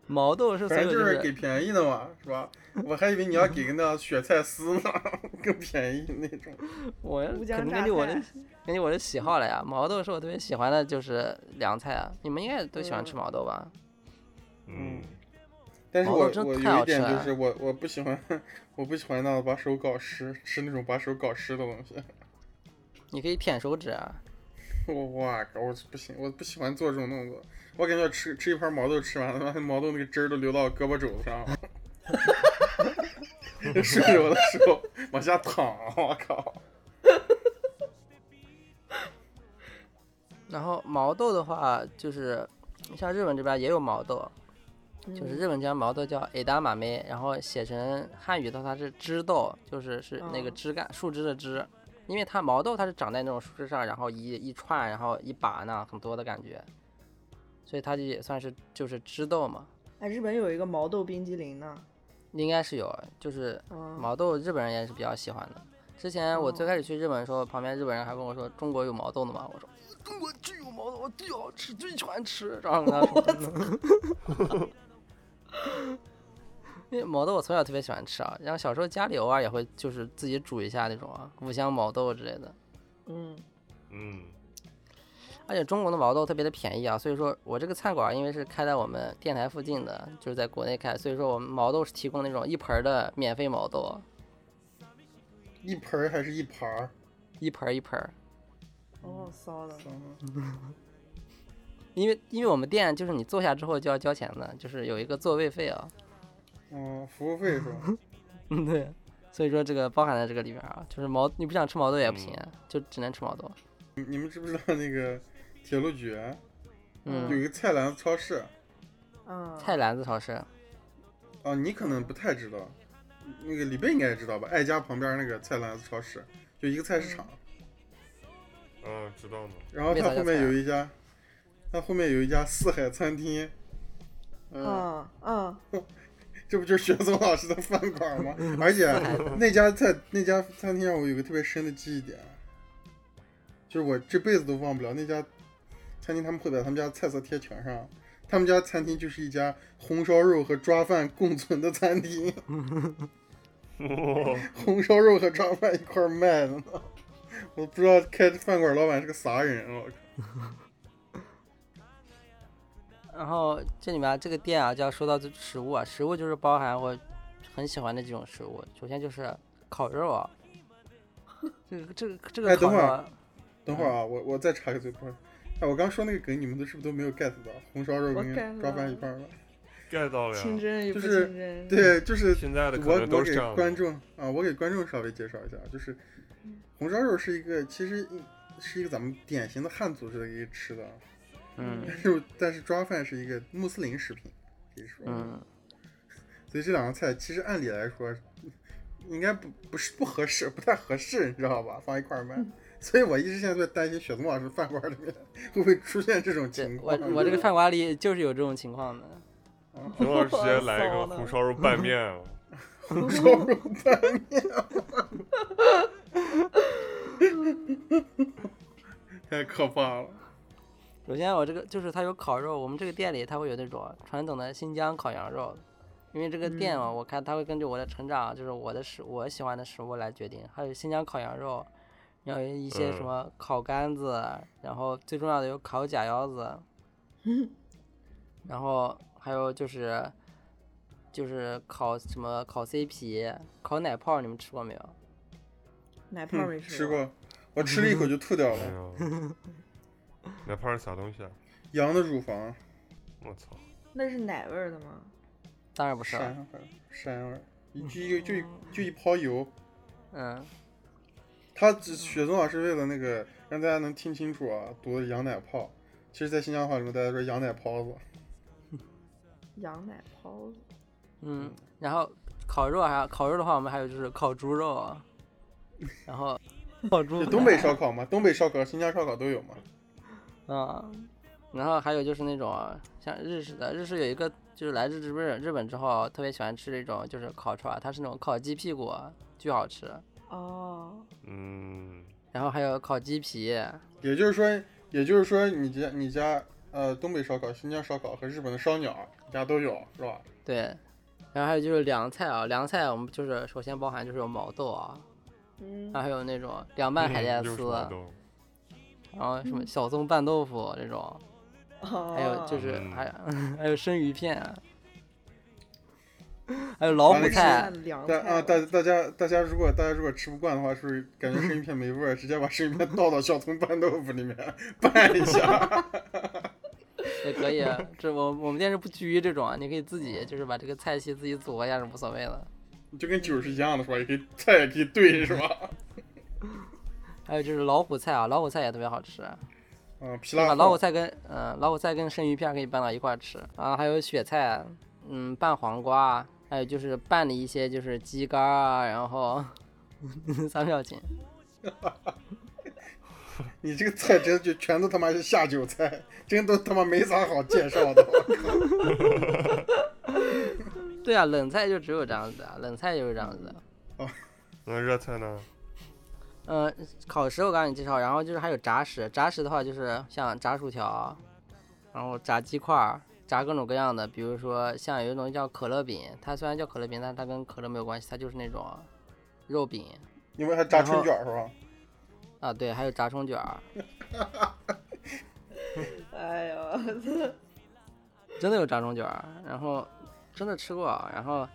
毛豆是所反有正就就是是给便宜的嘛，是吧？我还以为你要给个那雪菜丝呢， 更便宜那种。我乌江肯定榨根据我的菜根据我的喜好来呀、毛豆是我特别喜欢的，就是凉菜啊。你们应该也都喜欢吃嗯毛豆吧？嗯，但是毛我哦豆真我太有好一点吃了就是我我不喜欢 我不喜欢那种把手搞湿，吃那种把手搞湿的东西。你可以舔手指啊。我哇靠，我不行，我不喜欢做这种动作。我感觉吃吃一盘毛豆吃完，他妈的毛豆那个汁儿都流到我胳膊肘子上了。 顺着我的手往下淌，我靠！然后毛豆的话，就是像日本这边也有毛豆，嗯就是日本叫毛豆叫 ada 马梅，然后写成汉语的话是枝豆，就是是那个嗯枝干、树枝的枝，因为它毛豆它是长在那种树枝上，然后一一串，然后一把那样很多的感觉，所以它就也算是就是枝豆嘛，哎，日本有一个毛豆冰激凌呢，应该是有，啊就是嗯，毛豆日本人也是比较喜欢的。之前我最哦开始去日本的时候，旁边日本人还问我说：“中国有毛豆的吗？”我说：“中国巨有毛豆，我最好吃，最喜欢吃。”然后跟他说 因为毛豆我从小特别喜欢吃啊，然后小时候家里偶尔也会就是自己煮一下那种啊，五香毛豆之类的。嗯，嗯，而且中国的毛豆特别的便宜啊，所以说我这个餐馆儿因为是开在我们电台附近的，就是在国内开，所以说我们毛豆是提供那种一盆儿的免费毛豆，啊一盆儿还是一盘儿？一盆儿一盆儿。哦，骚的，因为因为我们店就是你坐下之后就要交钱的，就是有一个座位费啊。嗯，服务费是吧？嗯，对。所以说这个包含在这个里边啊，就是毛你不想吃毛豆也不行，就只能吃毛豆。你你们知不知道那个铁路局啊有嗯，一个菜篮子超市？嗯，菜篮子超市，啊，你可能不太知道，那个李贝应该也知道吧？爱家旁边那个菜篮子超市，就一个菜市场，嗯，知道呢。然后为它啥后叫面菜有一家，它后面有一家四海餐厅。嗯，嗯嗯，这不就是雪松老师的饭馆吗？而且那家菜那家餐厅让我有个特别深的记忆点，就是我这辈子都忘不了那家餐厅，他们会把他们家菜色贴墙上。他们家餐厅就是一家红烧肉和抓饭共存的餐厅。红烧肉和抓饭一块儿卖的呢。我不知道开饭馆老板是个啥人，啊我靠！然后这里面这个店啊，就要说到这食物啊，食物就是包含我很喜欢的几种食物。首先就是烤肉啊，这个这个这哎个等烤会肉儿啊，等会儿嗯啊，我我再插个嘴，不是，哎，我刚说那个梗，你们都是不是都没有 get 到？红烧肉我跟 get 抓饭了一块儿卖。 get 到了呀。清蒸与啊就不是清蒸，，对，就是现在的可我能我都是给这样的。观众啊，我给观众稍微介绍一下，就是嗯红烧肉是一个其实是一个咱们典型的汉族式的一个吃的，啊嗯但是但是抓饭是一个穆斯林食品，可以说，嗯，所以这两个菜其实按理来说应该不不是不合适，不太合适，你知道吧？放一块儿卖。嗯所以我一直现在在担心雪松老师饭馆里面 会不会出现这种这情我况。 我这个饭馆里就是有这种情况的。熊老师直接来一我个操红烧肉拌面 啊，红烧肉拌面，太可怕了。首先，我这个就是它有烤肉，我们这个店里它会有那种传统的新疆烤羊肉，因为这个店嘛，我看它会根据我的成长，就是我的食我喜欢的食物来决定，还有新疆烤羊肉，然后有一些什嗯么烤干子，然后最重要的有烤假腰子， 然后还有就是就是烤什么烤 C 皮、烤奶泡，你们吃过没有？奶泡没嗯，吃吃，过，我吃了一口就吐掉哎嗯了。呦，奶泡是啥东西啊？羊的乳房，我操！那是奶味儿的吗？当然不是啊嗯了，膻味儿，膻味儿，一就一就一就一泡油。嗯，他只雪松老师为了那个让大家能听清楚啊，读的羊奶泡，其实在新疆话里面大家说羊奶泡子。羊奶泡子，嗯，然后烤肉还有烤肉的话，我们还有就是烤猪肉，啊然后烤猪就排东北烧烤嘛，东北烧烤、新疆烧烤都有嘛。啊、然后还有就是那种啊像日式的，日式有一个就是来自日本日本之后啊特别喜欢吃那种就是烤串，它是那种烤鸡屁股，啊巨好吃，哦，嗯，然后还有烤鸡皮，也就是说，也就是说，你家你家呃，东北烧烤、新疆烧烤和日本的烧鸟，你家都有是吧？对，然后还有就是凉菜啊，凉菜我们就是首先包含就是有毛豆啊，嗯然后还有那种凉拌海带啊嗯又是丝，毛豆然后什么小葱拌豆腐这种，还有就哦是嗯还 有、还有生鱼片啊，还有老虎那个菜，看凉但菜啊，大大家大家如果大家如果吃不惯的话，是不是感觉生鱼片没味儿？直接把生鱼片倒到小葱拌豆腐里面 拌一下。也可以啊。 这我我们店是不拘这种啊，你可以自己就是把这个菜系自己组合一下是无所谓的。就跟酒是一样的，是吧？也可以菜也可以兑，是吧？还有就是老虎菜啊，老虎菜也特别好吃，嗯，皮把拉老虎厚，菜跟嗯、老虎菜跟生鱼片可以拌到一块儿吃啊，还有雪菜，嗯，拌黄瓜，还有就是拌的一些就是鸡肝啊，然后 三票芹，你这个菜真就全都他妈是下酒菜，真都他妈没啥好介绍 的。对啊，冷菜就只有这样子啊，冷菜就是这样子。那热菜呢？呃，烤食我刚刚给你介绍，然后就是还有炸食，炸食的话就是像炸薯条，然后炸鸡块儿，炸各种各样的，比如说像有一种叫可乐饼，它虽然叫可乐饼，但是它跟可乐没有关系，它就是那种肉饼你们还炸然后春卷儿是吧？啊，对，还有炸春卷儿，哎呦，真的有炸春卷儿，然后真的吃过啊，然后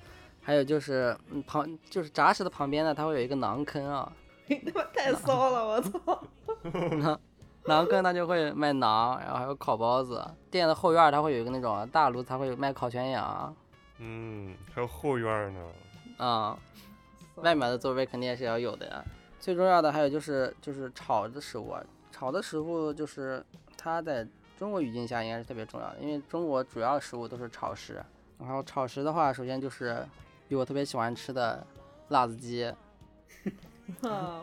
还有就是嗯旁就是炸食的旁边呢，它会有一个馕坑啊，你他妈太骚了，我操！馕馕坑它就会卖馕，然后还有烤包子，店的后院儿它会有一个那种大炉子，它会有卖烤全羊。嗯，还有后院儿呢。啊、外面的座位肯定也是要有的呀。最重要的还有就是就是炒的食物，啊，炒的食物就是它在中国语境下应该是特别重要的，因为中国主要食物都是炒食。然后炒食的话，首先就是有我特别喜欢吃的辣子鸡，啊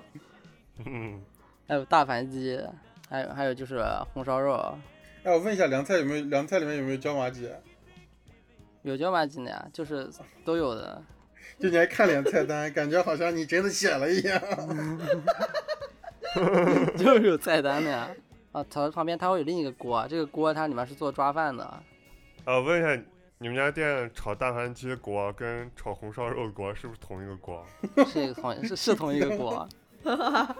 嗯，还有大盘鸡，还有还有就是红烧肉，哎，我问一下，凉菜有没有？凉菜里面有没有椒麻鸡？有椒麻鸡的呀，啊就是都有的。就你还看脸菜单，感觉好像你真的写了一样。就是有菜单的呀。啊，炒旁边它会有另一个锅，这个锅它里面是做抓饭的。啊，问一下，你们家店炒大盘鸡锅跟炒红烧肉锅是不是同一个锅？是一个同是是同一个锅。啊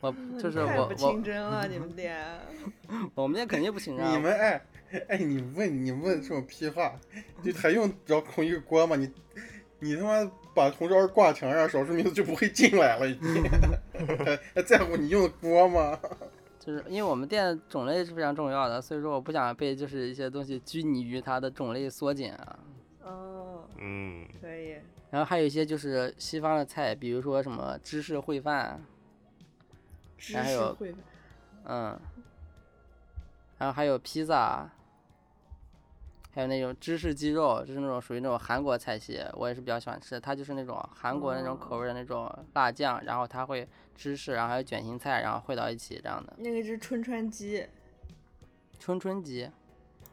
我就是太我不清我真了，你们店。我们家肯定不行你啊！们哎哎，你问你问这种屁话，就还用着同一个锅吗？你你他妈把红烧肉挂墙上，少数民族就不会进来了，已经还还在乎你用的锅吗？就是因为我们店的种类是非常重要的，所以说我不想被就是一些东西拘泥于它的种类缩减啊。哦，嗯，可以。然后还有一些就是西方的菜，比如说什么芝士烩饭，啊知还识有会嗯，然后还有披萨，啊还有那种芝士鸡肉，就是那种属于那种韩国菜系，我也是比较喜欢吃。它就是那种韩国那种口味的那种辣酱，然后它会芝士，然后还有卷心菜，然后烩到一起这样的。那个是春川鸡，春春鸡、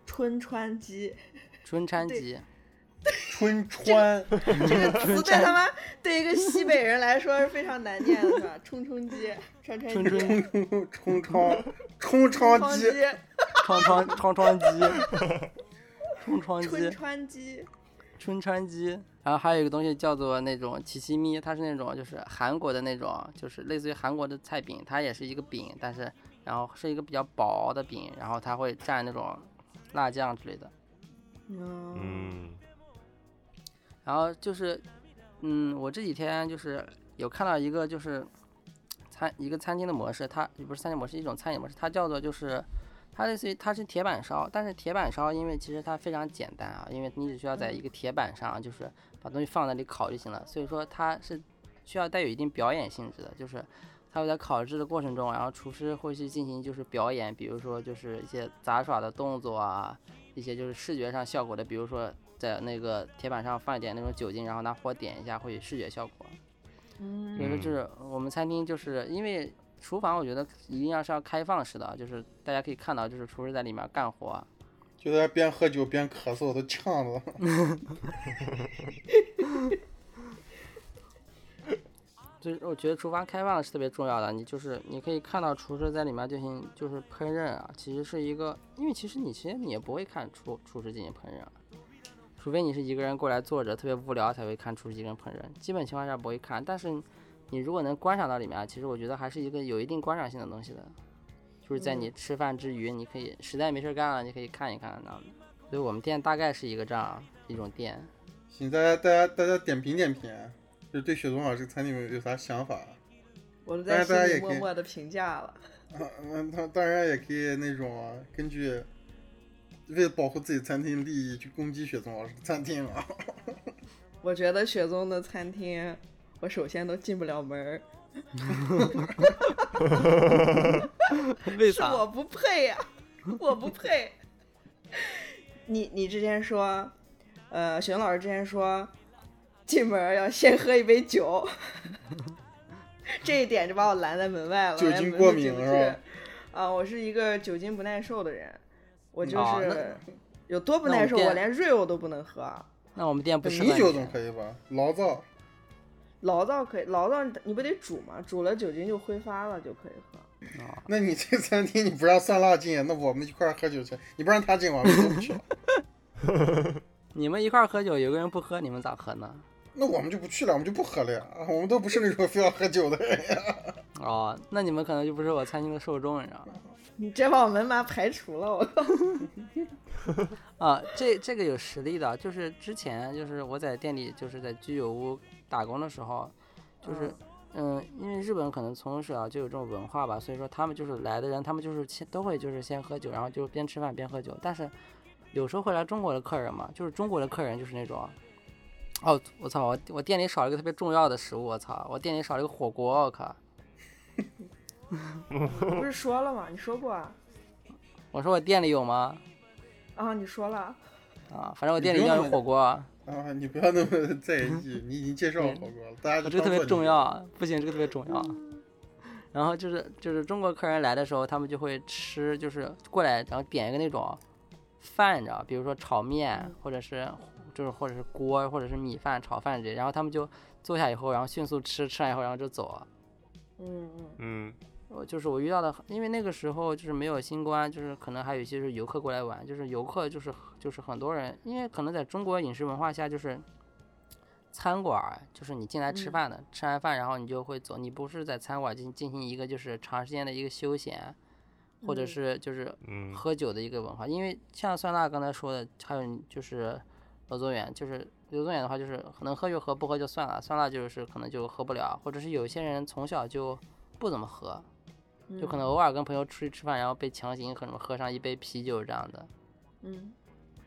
春川鸡春川对鸡，春川， 这个词对他妈对一个西北人来说是非常难念的，是吧？冲冲鸡，川川春鸡， 春冲超，冲川超鸡，，鸡窗窗窗窗鸡， 窗窗春鸡、川鸡，春川鸡。然后还有一个东西叫做那种奇西咪，它是那种就是韩国的那种，就是类似于韩国的菜饼，它也是一个饼，但是然后是一个比较薄的饼，然后它会蘸那种辣酱之类的。嗯，嗯，然后就是，嗯，我这几天就是有看到一个就是餐一个餐厅的模式，它也不是餐厅模式，一种餐饮模式，它叫做就是它类似于它是铁板烧，但是铁板烧因为其实它非常简单啊，因为你只需要在一个铁板上就是把东西放那里烤就行了，所以说它是需要带有一定表演性质的，就是。它会在烤制的过程中，然后厨师会去进行就是表演，比如说就是一些杂耍的动作啊，一些就是视觉上效果的，比如说在那个铁板上放一点那种酒精，然后拿火点一下，会有视觉效果。所以说嗯就是我们餐厅就是因为厨房，我觉得一定要是要开放式的，啊就是大家可以看到，就是厨师在里面干活。啊就在那边喝酒边咳嗽，我都呛着了。就是我觉得厨房开放是特别重要的，你就是你可以看到厨师在里面进行就是烹饪啊，其实是一个，因为其实你其实你也不会看厨厨师进行烹饪啊，除非你是一个人过来坐着特别无聊才会看厨师一个人烹饪，基本情况下不会看。但是你如果能观赏到里面，啊其实我觉得还是一个有一定观赏性的东西的，就是在嗯你吃饭之余，你可以实在没事干了，你可以看一看那样的。所以我们店大概是一个这样一种店。行，大家大家大家点评点评，啊就对雪松老师这个餐厅有有啥想法？啊我们当在然大家心也里默可以默的评价了。啊，嗯，当当然也可以那种啊根据为了保护自己餐厅利益去攻击雪松老师的餐厅啊。我觉得雪宗的餐厅，我首先都进不了门儿，为是我不配呀、我不配。你你之前说，呃，雪宗老师之前说，进门儿要先喝一杯酒， 这一点就把我拦在门外了，酒我连精门过都进敏不了去是吧啊，我是一个酒精不耐受的人，我就啊哦是有多不那我耐们受，店我连瑞欧都不能喝。那我们店不适合米酒总可以吧？醪糟，醪糟可以，醪糟你不得煮吗？煮了酒精就挥发了，就可以喝。那你这餐厅你不让酸辣进，那我们一块儿喝酒去。你不让他进，我们就不去了。 你们一块儿喝酒，有个人不喝，你们咋喝呢？那我们就不去了，我们就不喝了呀。啊我们都不是那种非要喝酒的人 呀。哦，那你们可能就不是我餐厅的受众，你知道吗？你这把我们妈排除了，我靠！啊，这这个有实力的，就是之前就是我在店里就是在居酒屋打工的时候，就是嗯，因为日本可能从小就有这种文化吧，所以说他们就是来的人，他们就是先都会就是先喝酒，然后就边吃饭边喝酒。但是有时候会来中国的客人嘛，就是中国的客人就是那种，哦，我操，我我店里少了一个特别重要的食物，我操，我店里少了一个火锅，我靠。你 不是说了吗？你说过啊？我说我店里有吗？啊，你说了。啊，反正我你店不用里要那有么火锅，啊，你不要那么在意，你已经介绍火锅了，大家嗯我就这个当特别做重你。要，啊不行，这个特别重要。啊然后就是就是中国客人来的时候，他们就会吃，就是过来然后点一个那种饭，你知道吧，比如说炒面，或者是就是或者是锅，或者是米饭、炒饭这些，然后他们就坐下以后，然后迅速吃，吃完以后然后就走。啊嗯嗯，嗯，我就是我遇到的，因为那个时候就是没有新冠，就是可能还有一些是游客过来玩，就是游客就是就是很多人，因为可能在中国饮食文化下，就是餐馆儿就是你进来吃嗯饭的，吃完饭然后你就会走，你不是在餐馆进进行一个就是长时间的一个休闲，或者嗯是就是嗯喝酒的一个文化，因为像酸辣刚才说的，还有就是刘宗远，就是刘宗远的话，就是能喝就喝，不喝就算了。酸辣就是可能就喝不了，或者是有些人从小就不怎么喝，嗯就可能偶尔跟朋友出去吃饭，然后被强行可能喝上一杯啤酒这样的。嗯，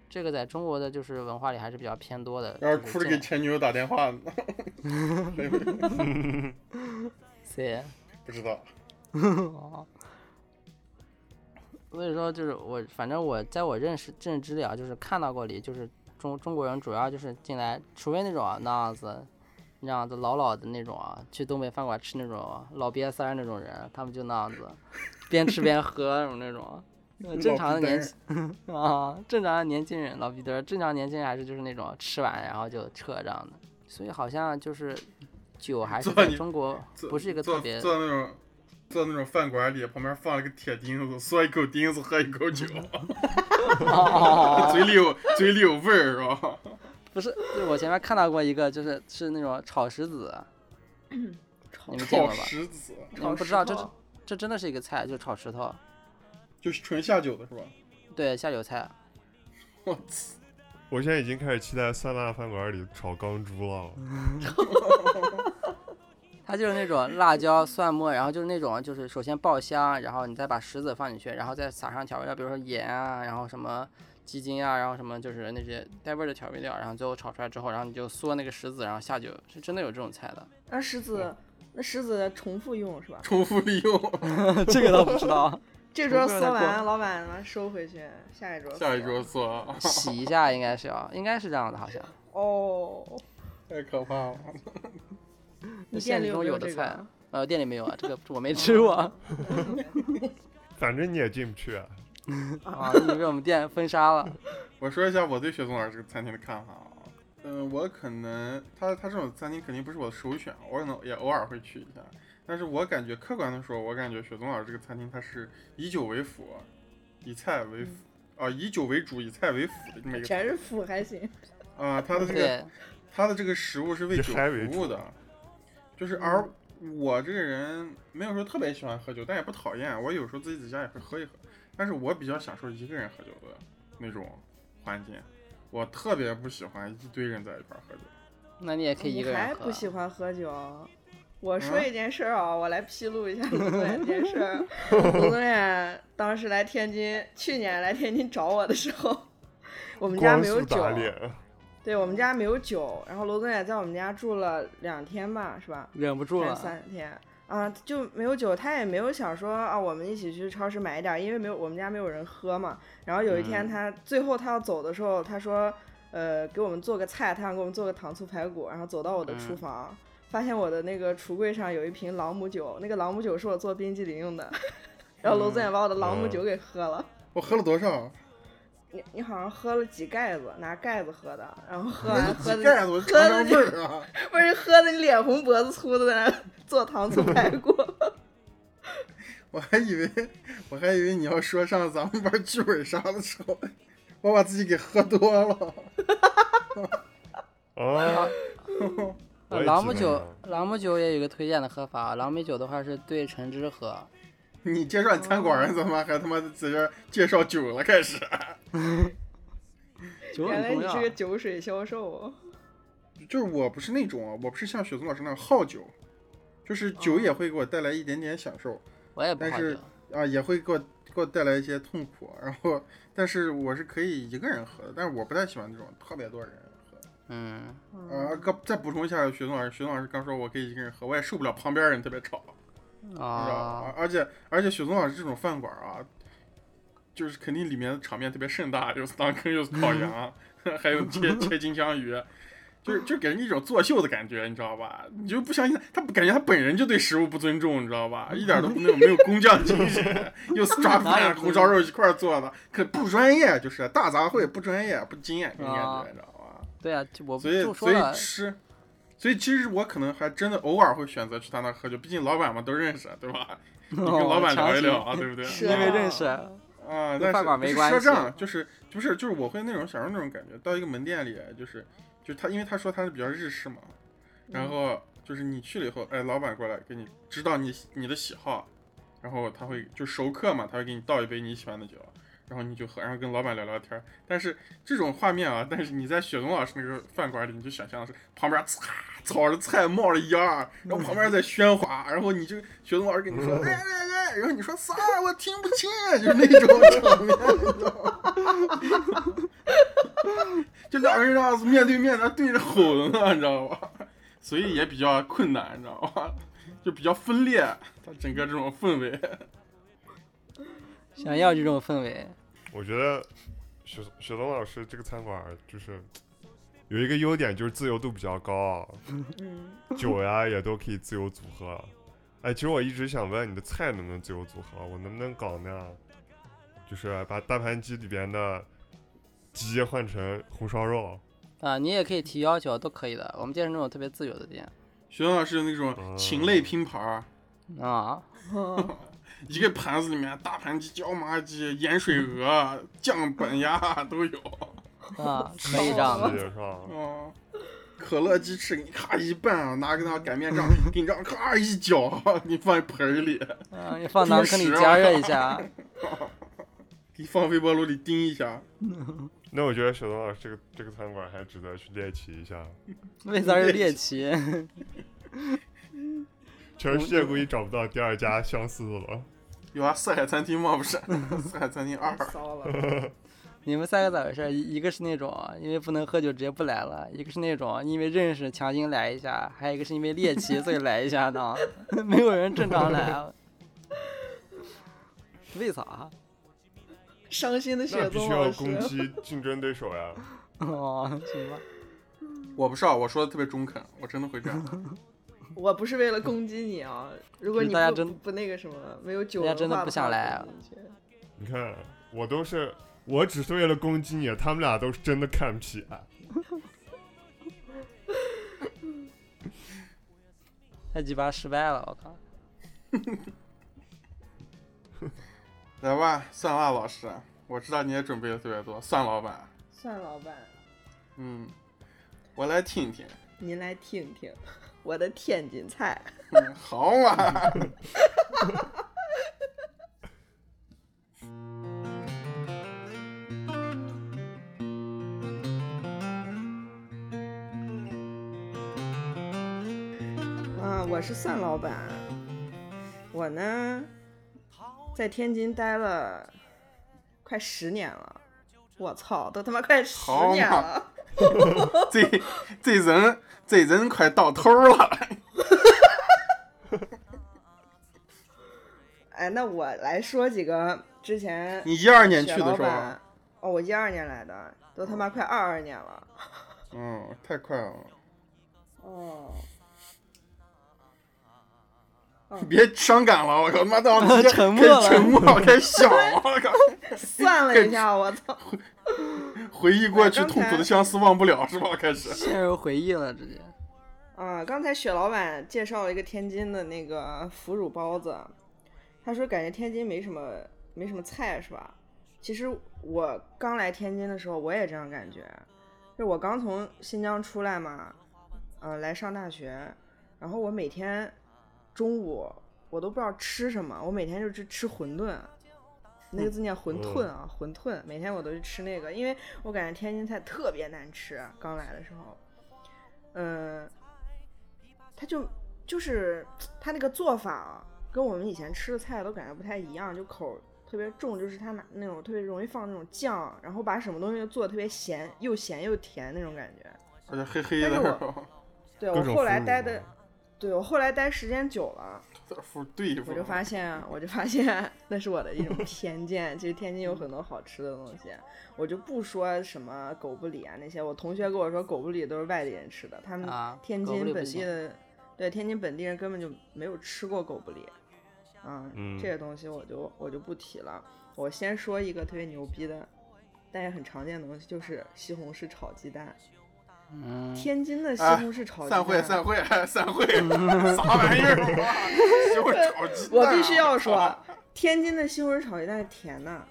这个在中国的就是文化里还是比较偏多的。然后就是哭着这给样前女友打电话呢，对。不知道。哦，所以说就是我，反正我在我认识认知里啊，就是看到过里，就是中中国人主要就是进来，除非那种啊那样子，那样子老老的那种啊，去东北饭馆吃那种老瘪三儿那种人，他们就那样子，边吃边喝那种那种。呃正常的年轻 啊，正常的年轻人老逼墩儿，正常年轻人还是就是那种吃完然后就撤这样的，所以好像就是酒还是做在你中国做不是一个做特 别 做那种做那种饭馆里，旁边放了个铁钉子，嗦一口钉子，喝一口酒，哦嘴里有嘴里有味儿是吧？不是，就我前面看到过一个，就是是那种炒石子，你们见 炒过吧？石子你炒们不石知道，这头啊这真的是一个菜，就是炒石头，就是纯下酒的是吧？对，下酒菜。我操！我现在已经开始期待酸辣饭馆里炒钢珠了。它就是那种辣椒、蒜末，然后就是那种，就是首先爆香，然后你再把石子放进去，然后再撒上调味料，比如说盐啊，然后什么鸡精啊，然后什么就是那些带味儿的调味料，然后最后炒出来之后，然后你就嗦那个石子，然后下酒，是真的有这种菜的。 那石子，那石子重复用是吧？重复利用，这个倒不知道，这重桌复用嗦再过完，老板妈收回去，下一桌。下一桌。做啊，洗一下应该是要，应该是这样的，好像。哦，太可怕了。你现店实里中有有没有的这菜个？，呃，店里没有啊，这个我没吃过。反正你也进不去，啊，你被我们店封杀了。 我说一下我对雪松老师这个餐厅的看法啊，嗯，我可能他他这种餐厅肯定不是我的首选，我可能也偶尔会去一下。但是我感觉客观的说，我感觉雪松老师这个餐厅它是以酒为辅，以菜为辅，啊、以酒为主，以菜为辅的这么一个全是腐还行。啊、它的这个对，它的这个食物是为以酒嗨为服务主的，就是嗯而我这个人没有说特别喜欢喝酒，但也不讨厌，我有时候自己在家也会喝一喝，但是我比较享受一个人喝酒的那种环境，我特别不喜欢一堆人在一块儿喝酒。那你也可以一个你还人喝嗯不。喜欢喝酒？我说一件事儿啊，我来披露一下卢宗远这件事儿。卢宗远当时来天津，去年来天津找我的时候， 我们家光没有速酒，打脸，对我们家没有酒。然后卢宗远在我们家住了两天吧，是吧？忍不住还了是，三天啊，就没有酒，他也没有想说啊，我们一起去超市买一点儿，因为没有我们家没有人喝嘛。然后有一天嗯他、最后他要走的时候，他说，呃，给我们做个菜，他想给我们做个糖醋排骨，然后走到我的厨嗯房。发现我的那个橱柜上有一瓶朗姆酒，那个朗姆酒是我做冰激凌用的， 然后娄子远把我的朗姆酒给喝了。我喝了多少？你你好像喝了几盖子，拿盖子喝的，然后喝我完都喝几的盖子我喝尝的尝味儿啊！不是喝的你脸红脖子粗的在那儿做糖醋排骨。我还以为我还以为你要说上咱们玩剧本杀的时候， 我把自己给喝多了。啊，我呃也朗记姆得酒了，朗姆酒也有一个推荐的喝法，啊朗姆酒的话是兑橙汁喝，你介绍你餐哦馆儿，怎么还他妈在这儿介绍酒了？开始。酒很原 来重你要是。个酒水销售，哦就是我不是那种，啊我不是像雪松老师那样好酒，就是酒也会给我带来一点点享受我也不但好是酒，啊，也会给我给我带来一些痛苦。啊然后，但是我是可以一个人喝的，但是我不太喜欢那种特别多人喝。嗯，啊，刚再补充一下，雪松老师，雪松老师刚说我可以一个人喝，我也受不了旁边人特别吵，嗯你知道吧？啊而而且而且雪松老师这种饭馆啊，就是肯定里面的场面特别盛大，有当坑，有嗯烤羊， 还有 切切金枪鱼，就是就给人一种作秀的感觉，你知道吧？你就不相信他，他感觉他本人就对食物不尊重，你知道吧？一点都不那种没有工匠精神， 又抓哪有饭不红烧肉一块儿做的，可不专业，就是大杂烩，不专业，不敬业，给人感啊觉，你知道吧？对啊，就我所以就说所了以，吃，所以其实我可能还真的偶尔会选择去他那喝酒，毕竟老板嘛都认识，对吧？你 你跟老板聊一聊啊，对不对？是因为啊认识，啊，跟但饭是馆不没是关赊系账就是不是就是我会那种享受那种感觉，到一个门店里就是就他，因为他说他是比较日式嘛，然后就是你去了以后，哎，老板过来给你知道你你的喜好，然后他会就熟客嘛，他会给你倒一杯你喜欢的酒，然后你就喝，然后跟老板聊聊天儿。但是这种画面啊，但是你在雪龙老师那个饭馆里，你就想象的是旁边唰炒着菜冒着烟儿，然后旁边在喧哗，然后你就雪龙老师跟你说哎哎哎，然后你说啥我听不清，就是那种场面，你知道吗？就两个人这样子面对面的对着吼的呢，你知道吧？ 所以也比较困难，你知道吧？ 就比较分裂，它整个这种氛围。 想要这种氛围，我觉得雪雪松老师这个餐馆儿就是有一个优点，就是自由度比较高，嗯，酒呀也都可以自由组合。哎，其实我一直想问你的菜能不能自由组合，我能不能搞那样，就是把大盘鸡里边的鸡换成红烧肉，啊，你也可以提要求，都可以的。我们店是那种特别自由的店学校是那种禽类拼盘儿，啊，哦一个盘子里面大盘鸡、椒麻鸡、盐水鹅、酱板鸭都有， 啊，可以这样自己的。是吧？嗯，可乐鸡翅给你咔一拌，拿个那擀面杖给你这样咔一搅， 你放在盆儿里，嗯，你放馕坑 里加热一下，啊给你放微波炉里叮一下。那我觉得雪松老师这个这个餐馆还值得去猎奇一下。为啥是猎奇？全世界估计找不到第二家相似的了。有啊，四海餐厅嘛不是， 四海餐厅二太。骚了， 你们三个咋回事？一一个是那种因为不能喝酒直接不来了，一个是那种因为认识强行来一下，还有一个是因为猎奇所以来一下的， 没有人正常来啊。为啥？ 伤心的那雪必宗须要老攻师。 击竞争对手呀！哦，行吧，我不是啊，我说的特别中肯，我真的会这样。我不是为了攻击你啊，如果就是你大家不真不那个什么，没有酒大文家化真的不想话来啊不进去你看，我啊都是，我只是为了攻击你，他们俩都是真的看不起。太鸡巴失败了，我靠！来吧，蒜辣老师，我知道你也准备的特别多，蒜老板，算老板，嗯，我来听听，您来听听我的天津菜。嗯好嘛。啊，我是蒜老板，我呢在天津待了快十年了，我操，都他妈快十好年嘛了。这这人这人快到头儿了，哎，那我来说几个之前你一二年雪去的老时候啊板，，哦，我一二年来的，都他妈快二二年了。嗯，太快了，哦，嗯别伤感了，我靠，妈的， 我直接沉默了开始沉默，我开始笑了，我 靠，算了一下，我操，回忆过去哎刚才痛苦的相思忘不了是吧？开始， 陷入回忆了，直接。啊，刚才雪老板介绍了一个天津的那个腐乳包子，他说感觉天津没什么没什么菜是吧？其实我刚来天津的时候我也这样感觉，就我刚从新疆出来嘛，呃，来上大学，然后我每天中午我都不知道吃什么，我每天就去吃馄饨，那个字念馄饨啊，馄饨，每天我都去吃那个，因为我感觉天津菜特别难吃，刚来的时候，嗯。它就就是它那个做法啊，跟我们以前吃的菜都感觉不太一样，就口儿特别重，就是它拿那种特别容易放那种酱，然后把什么东西都做的特别咸，又咸又甜那种感觉。而且黑黑但的，是我是吧对各我种后来腐乳待的，对我后来待时间久了，这副对付我就发现啊，我就发现那是我的一种偏见。其实天津有很多好吃的东西，我就不说什么狗不理啊那些。我同学跟我说狗不理都是外地人吃的，他们啊嗯天狗不理津不本行地的，对天津本地人根本就没有吃过狗不理。啊，嗯这些东西我就我就不提了。我先说一个特别牛逼的，但也很常见的东西，就是西红柿炒鸡蛋。嗯，天津的西哎红柿炒鸡蛋，散会，散会，散会， 啥玩意儿？啊 哇西红柿炒鸡蛋啊我必须要说，啊天津的西红柿炒鸡蛋是甜的。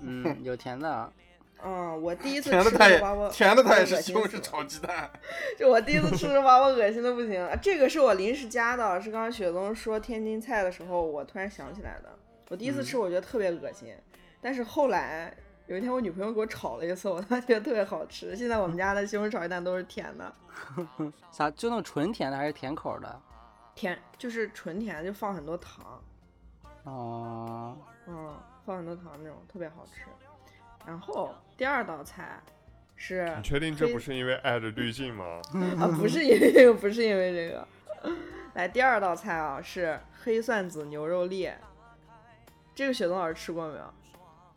嗯，有甜的啊，嗯，我第一次甜的吃它的时候把我也甜的它也把是我西恶红心柿死炒了鸡蛋，就我第一次吃的时候把我恶心的不行。啊这个是我临时加的，是刚刚雪松说天津菜的时候，我突然想起来的。我第一次吃我觉得特别恶心，但是后来有一天我女朋友给我炒了一次，我她觉得特别好吃。现在我们家的西红柿炒鸡蛋都是甜的，啥就那种纯甜的还是甜口的？甜就是纯甜，就放很多糖，哦，嗯，放很多糖那种，特别好吃。然后第二道菜是你确定这不是因为爱的滤镜吗？啊，嗯不是因为 这个，不是因为这个。来，第二道菜啊是黑蒜子牛肉粒，这个雪冬老师吃过没有？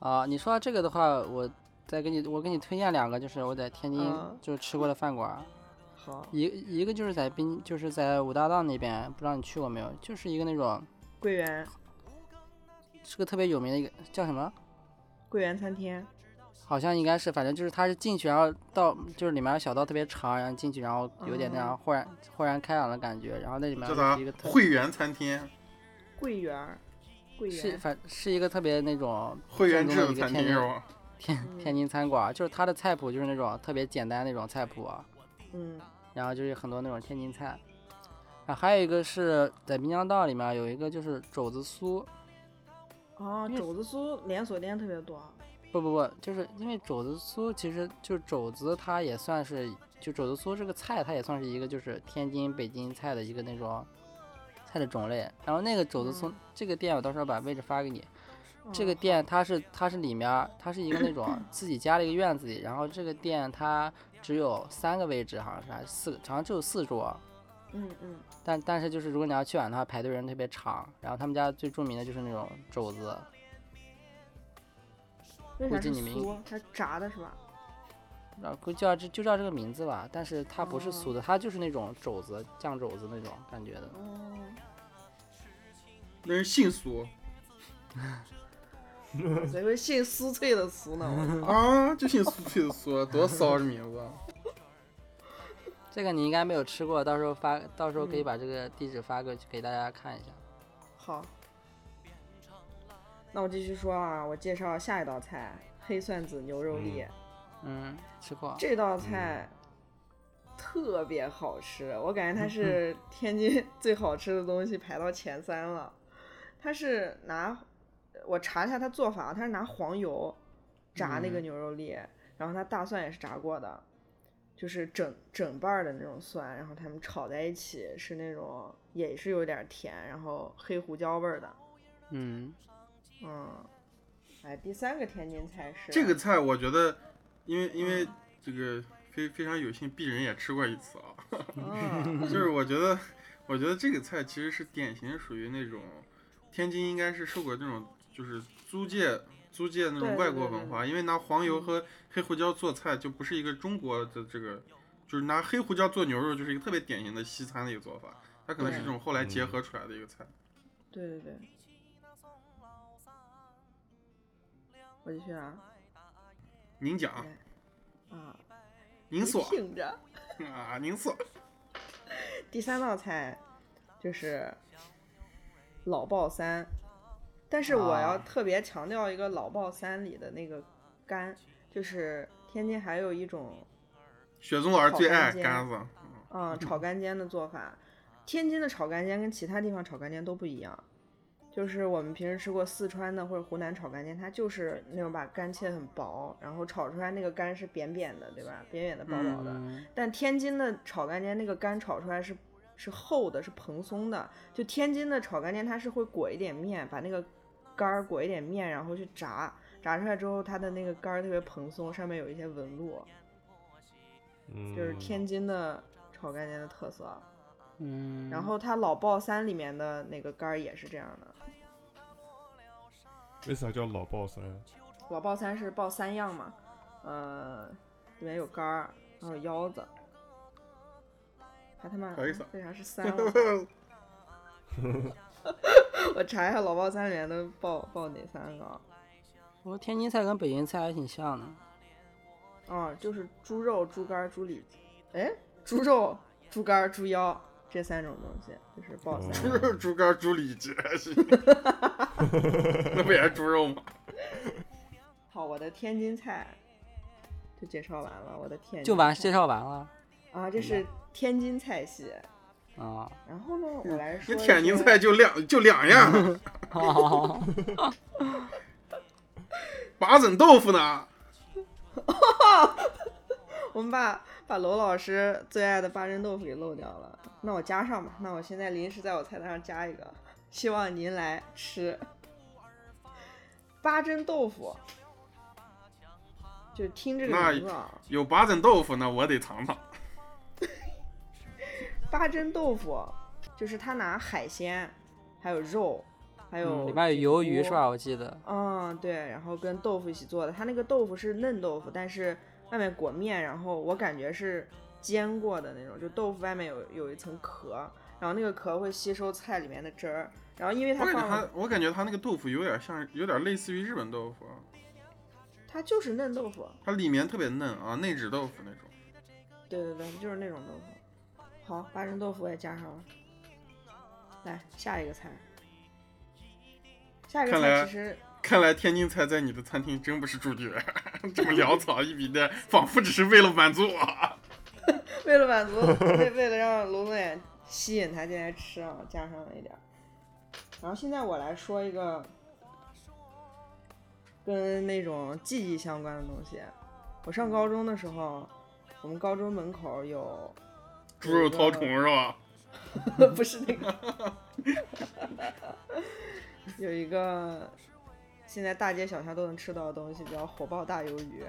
啊，你说到这个的话，我再给你，我给你推荐两个，就是我在天津嗯就吃过的饭馆儿，好，一一个就是在滨，就是在五大道那边，不知道你去过没有？就是一个那种桂圆是个特别有名的一个叫什么？桂圆餐厅，好像应该是，反正就是它是进去，然后到就是里面有小道特别长，然后进去，然后有点那样豁然豁然开朗的感觉，然后那里面叫就啥是一个？特汇源餐厅，桂圆儿，桂是圆，反是一个特别那种汇源正制宗的的一个餐厅天津是吧？嗯天天津餐馆，就是它的菜谱就是那种特别简单那种菜谱，嗯，然后就是很多那种天津菜。啊，还有一个是在滨江道里面有一个就是肘子酥，哦，因为肘子酥连锁店特别多，不不不，就是因为肘子酥其实就肘子它也算是就肘子酥这个菜它也算是一个就是天津北京菜的一个那种菜的种类。然后那个肘子酥、这个店我到时候把位置发给你，这个嗯店它是它是里面儿它是一个那种自己家的一个院子里，然后这个店它只有三个位置，好像是还是四个，好像只有四桌。嗯嗯，但但是就是如果你要去晚的话，排队人特别长。然后他们家最著名的就是那种肘子，为估啥计你是们酥？它是炸的是吧？然后估计叫这就叫这个名字吧。但是它不是哦酥的，它就是那种肘子酱肘子那种感觉的。嗯，那是杏酥我以为姓酥脆的 嗯酥呢，我啊 啊，就姓苏翠的苏，多骚的名字。这个你应该没有吃过，到时候发，到时候可嗯以把这个地址发过去给大家看一下。好，那我继续说啊，我介绍下一道菜——黑蒜子牛肉粒。嗯，吃过。这道嗯菜特别好吃，我感嗯觉它是天津 最好吃的东西，排到前三了。它是拿我查一下它做法，啊它是拿黄油炸那个嗯牛肉粒，然后它大蒜也是炸过的，就是整整瓣儿的那种蒜，然后它们炒在一起是那种也是有点甜，然后黑胡椒味儿的。嗯，嗯，哎，第三个天津菜是这个菜我觉得，因为因为这个非非常有幸，鄙人也吃过一次啊。嗯 就是我觉得，我觉得这个菜其实是典型属于那种天津应该是受过那种就是租界租界那对种对外国对对嗯文化，因为拿黄油和黑胡椒做菜就不是一个中国的这个，就是拿黑胡椒做牛肉就是一个特别典型的西餐的一个做法，它可能是对这种后来结嗯合出来的一个菜。对对对。我继续啊您讲，啊！您你说挺着。啊，您 说，第三道菜就是老爆三，但是我要啊特别强调一个老爆三里的那个干，就是天津还有一种雪松老师炒最干爱煎干子，嗯炒干煎的做法。天津的炒干煎跟其他地方炒干煎都不一样，就是我们平时吃过四川的或者湖南炒干煎，它就是那种把干切很薄，然后炒出来那个干是扁扁的，对吧？扁扁的、薄薄的。嗯但天津的炒干煎那个干炒出来是是厚的，是蓬松的。就天津的炒干煎，它是会裹一点面，把那个干儿裹一点面，然后去炸，炸出来之后，它的那个干儿特别蓬松，上面有一些纹路，嗯，就是天津的炒干煎的特色。嗯，然后它老爆三里面的那个干儿也是这样的。为啥叫老爆三？啊老爆三是爆三样嘛，呃，里面有肝儿，然后有腰子，还他妈不好意思啊为啥是三我操？ 我查一下老爆三里面都爆爆哪三个啊？我说天津菜跟北京菜还挺像的。哦，就是猪肉、猪肝儿、猪里脊，哎，猪肉、猪肝儿、猪腰这三种东西，就是爆三。 猪哦肉、猪肝、猪里脊， 那不也是猪肉吗？好，我的天津菜就介绍完了，我的天津就完菜介绍完了啊，这是天津菜系。 啊。然后呢，我来说你一嗯说天津菜就两就两样，好好好好，八珍豆腐呢？我们把把娄老师最爱的八珍豆腐给漏掉了，那我加上吧。那我现在临时在我菜单上加一个，希望您来吃八珍豆腐。就听这个那名字啊，有八珍豆腐呢，我得尝尝。八珍豆腐就是他拿海鲜，还有肉，还有、嗯，里面有鱿鱼是吧？？我记得。嗯，对，然后跟豆腐一起做的，它那个豆腐是嫩豆腐，但是外面裹面，然后我感觉是煎过的那种，就豆腐外面有有一层壳，然后那个壳会吸收菜里面的汁儿，然后因为它我感觉哎放它了，，我感觉它那个豆腐有点像，有点类似于日本豆腐，它就是嫩豆腐，它里面特别嫩啊，内酯豆腐那种。对对对，就是那种豆腐。好，八珍豆腐我也加上了，来下一个菜，下一个看菜来其实看来天津菜在你的餐厅真不是主角， 这么潦草一笔带，仿佛只是为了满足我。为了满足，为为了让龙总眼吸引他进来吃啊，加上了一点儿。然后现在我来说一个跟那种记忆相关的东西。我上高中的时候，我们高中门口有 猪肉绦虫是吧？不是那个，有一个现在大街小巷都能吃到的东西叫火爆大鱿鱼。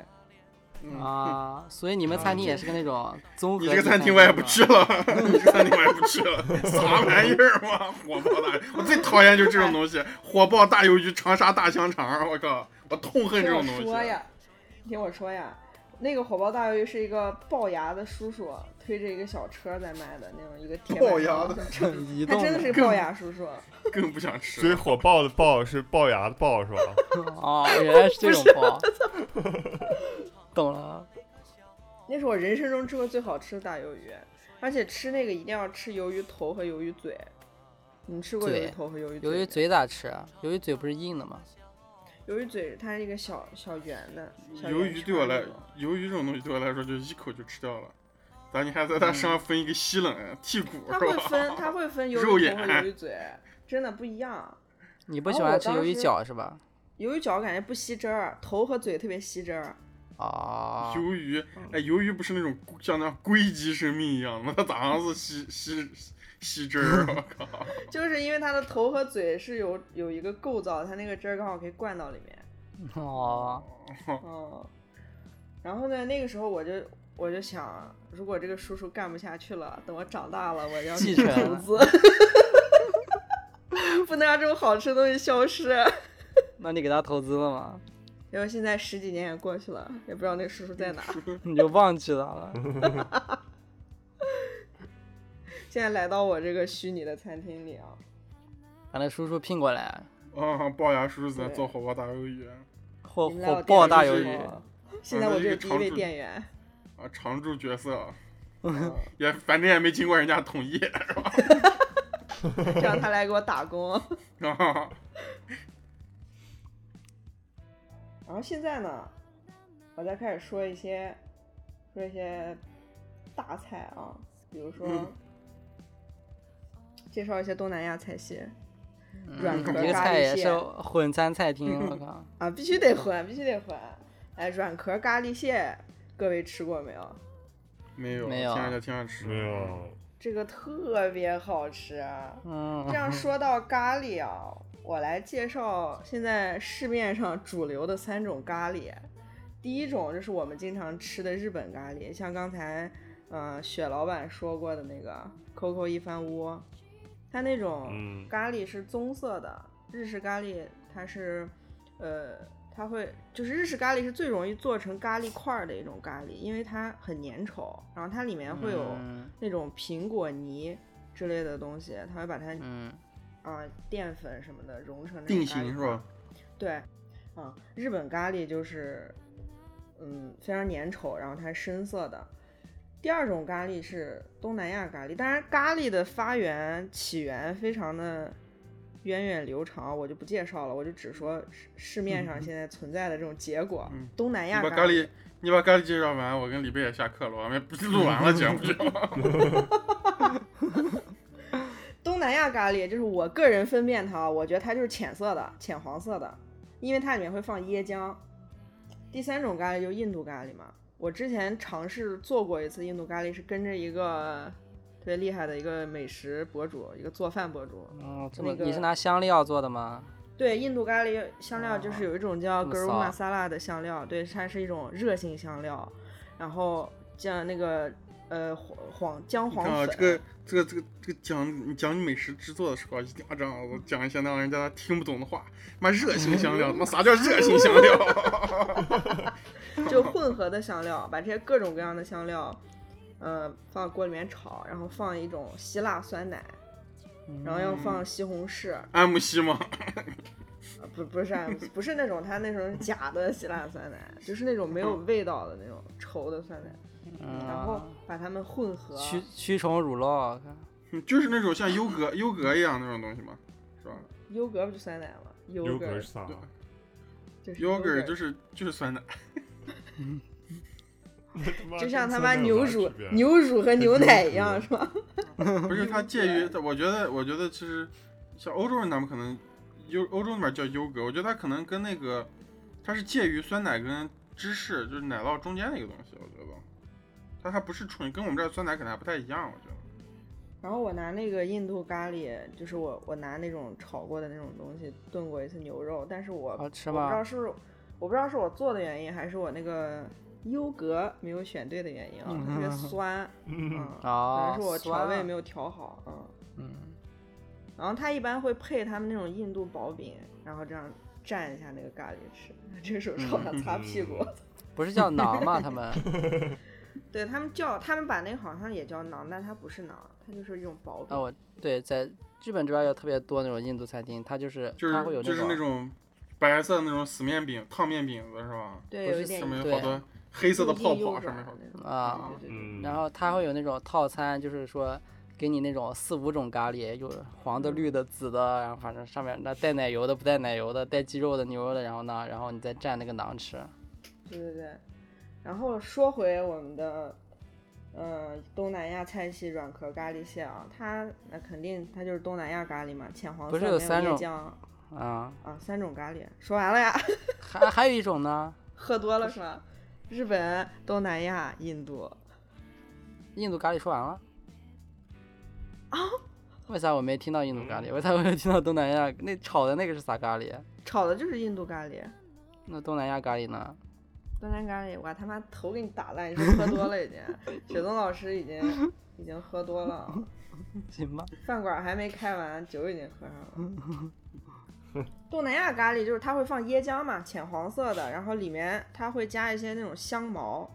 嗯，啊，所以你们餐厅也是个那种综合。你这个餐厅我也不吃。了， 你这个餐厅我也不吃了，啥玩意儿嘛！火爆大，我最讨厌就是这种东西，火爆大鱿鱼、长沙大香肠，我靠，我痛恨 这听我种东 说西。呀，你听我说呀，那个火爆大鱿鱼是一个龅牙的叔叔推着一个小车在卖的那种一个铁板龅牙烧的就是 移他动真的是 个龅牙叔叔，更不想所吃以了。火爆的爆是龅牙的爆是吧？ 哦，原来是这种包。懂了，那是我人生中吃过最好吃的大鱿鱼，而且吃那个一定要吃鱿鱼头和鱿鱼嘴。你吃过鱿鱼嘴头和鱿鱼鱿鱼吗嘴咋吃啊？鱿鱼嘴不是硬的吗？鱿鱼嘴它是一个小小圆的，小鱿圆鱼叉对我那来种，鱿鱼这种东西对我来说就一口就吃掉了。咋你还在它身上分一个西冷、啊剔骨它是嗯会吧？分，它 会分鱿肉鱼眼头和鱿鱼嘴，真的不一样。你不喜然后欢我吃当鱿鱼时饺是吧？鱿鱼饺感觉不吸汁儿，头和嘴特别吸汁儿。啊，鱿鱼，嗯哎，鱿鱼不是那种像那样硅基生命一样吗？它咋样是吸吸吸汁儿？啊 我靠！就是因为它的头和嘴是有有一个构造，它那个汁儿刚好可以灌到里面。哦，哦，然后呢，那个时候我就我就想，如果这个叔叔干不下去了，等我长大了，我要继去承投 资，不能让这种好吃的东西消失。那你给他投资了吗？ 因为现在十几年也过去了，也不知道那个叔叔在哪儿。你就忘记他 了？啊现在来到我这个虚拟的餐厅里啊，把那叔叔聘过来，啊，龅牙叔叔在对做火爆大鱿鱼啊火你们来火我爆店大里鱿吃鱼，过。现在我就是第一位店员，啊，常驻角色，嗯也反正也没经过人家同意。嗯让他来给我打工。啊，然后现在呢，我再开始说一些说一些大菜啊，比如说、嗯介绍一些东南亚菜系软嗯，壳你这个咖菜喱也是蟹混餐菜厅， 我靠，啊，必须得混，必须得混。哎，软壳咖喱蟹，各位吃过没有？没有，没有啊听着就挺想吃。 没有，啊这个特别好吃啊。这嗯，样说到咖喱啊，我来介绍现在市面上主流的三种咖喱。第一种就是我们经常吃的日本咖喱，像刚才呃雪老板说过的那个 COCO 一番屋，它那种嗯咖喱是棕色的，日式咖喱它是呃它会就是日式咖喱是最容易做成咖喱块儿的一种咖喱，因为它很粘稠，然后它里面会有嗯那种苹果泥之类的东西，它会把它嗯，啊、淀粉什么的融成那个定咖喱型是块儿吧？？对，啊、日本咖喱就是，嗯，非常粘稠，然后它是深色的。第二种咖喱是东南亚咖喱，当然咖喱的发源起源非常的源远流长，我就不介绍了，我就只说市市面上现在存在的这种结果。嗯东南你亚把咖喱，你把咖喱介绍完，我跟李贝也下课了，我们录完了节目就。东南亚咖喱就是我个人分辨它啊，我觉得它就是浅色的、浅黄色的，因为它里面会放椰浆。第三种咖喱就是印度咖喱嘛，我之前尝试做过一次印度咖喱，是跟着一个特别厉害的一个美食博主，一个做饭博主。哦，这么那个你是拿香料做的吗？对，印度咖喱香料就是有一种叫哦这 garam 么 masala 的香料，对，它是一种热性香料，然后像那个呃黄黄姜黄啊，粉。这个这个这个这个讲你讲你美食制作的时候啊，一定要这样子讲一些那让人家听不懂的话。妈热性香料，他妈啥叫热性香料？啊就混合的香料，把这些各种各样的香料，呃，放锅里面炒，然后放一种希腊酸奶，然后要放西红柿， 安慕希吗？呃不不是不是那种它那种假的希腊酸奶，就是那种没有味道的那种稠的酸奶，然后嗯，把它们混合。驱驱虫乳酪，我靠嗯就是那种像优格优格一样那种东西嘛，是吧优格不就酸奶吗？优优格格是啥？ 就是优？yogurt 格，就是就是酸 奶，就像他妈牛乳、啊牛乳和牛奶一样，是吧？不是它介于，我觉得我觉得其实像欧洲人他们可能优欧洲那边叫优格，我觉得它可能跟那个它是介于酸奶跟芝士就是奶酪中间的一个东西，我觉得它还不是纯，跟我们这儿酸奶可能还不太一样，我觉得。然后我拿那个印度咖喱，就是我我拿那种炒过的那种东西炖过一次牛肉，但是我好吃我不知道吗？是不是我不知道是我做的原因，还是我那个优格没有选对的原因啊，特别酸，嗯，可哦能是我调味酸没有调好，嗯。嗯，然后它一般会配他们那种印度薄饼，然后这样蘸一下那个咖喱吃，这手朝他擦屁股。不是 叫馕吗？他们对他们叫他们把那个好像也叫馕，但它不是馕，它就是一种薄饼。啊，我对在日本这边有特别多那种印度餐厅，它就是就是它会有就是那种白色那种死面饼、烫面饼子是吧？对，不有是一点上面对有好多黑色的泡泡又硬又上面软的那种啊对对对嗯，然后它会有那种套餐，就是说给你那种四五种咖喱，有黄的、绿的、紫的，然后反正上面那带奶油的、不带奶油的、带鸡肉的、牛肉的，然后呢，然后你再蘸那个馕吃。对对对。然后说回我们的，呃，东南亚菜系软壳咖喱蟹啊，它那肯定它就是东南亚咖喱嘛，浅黄色不是没有三种椰浆啊，啊，三种咖喱。说完了呀，还还有一种呢，喝多了是吧？日本、东南亚、印度，印度咖喱说完了。啊？啊 为啥我没听到印度咖喱？为啥我没有听到东南亚那炒的那个是啥咖喱？炒的就是印度咖喱。那东南亚咖喱呢？东南咖喱，我他妈头给你打烂！你是喝多了已经， 雪松老师已经 已经喝多了啊，行吧，饭馆还没开完，酒已经喝上了。嗯东南亚咖喱就是它会放椰浆嘛，浅黄色的，然后里面它会加一些那种香茅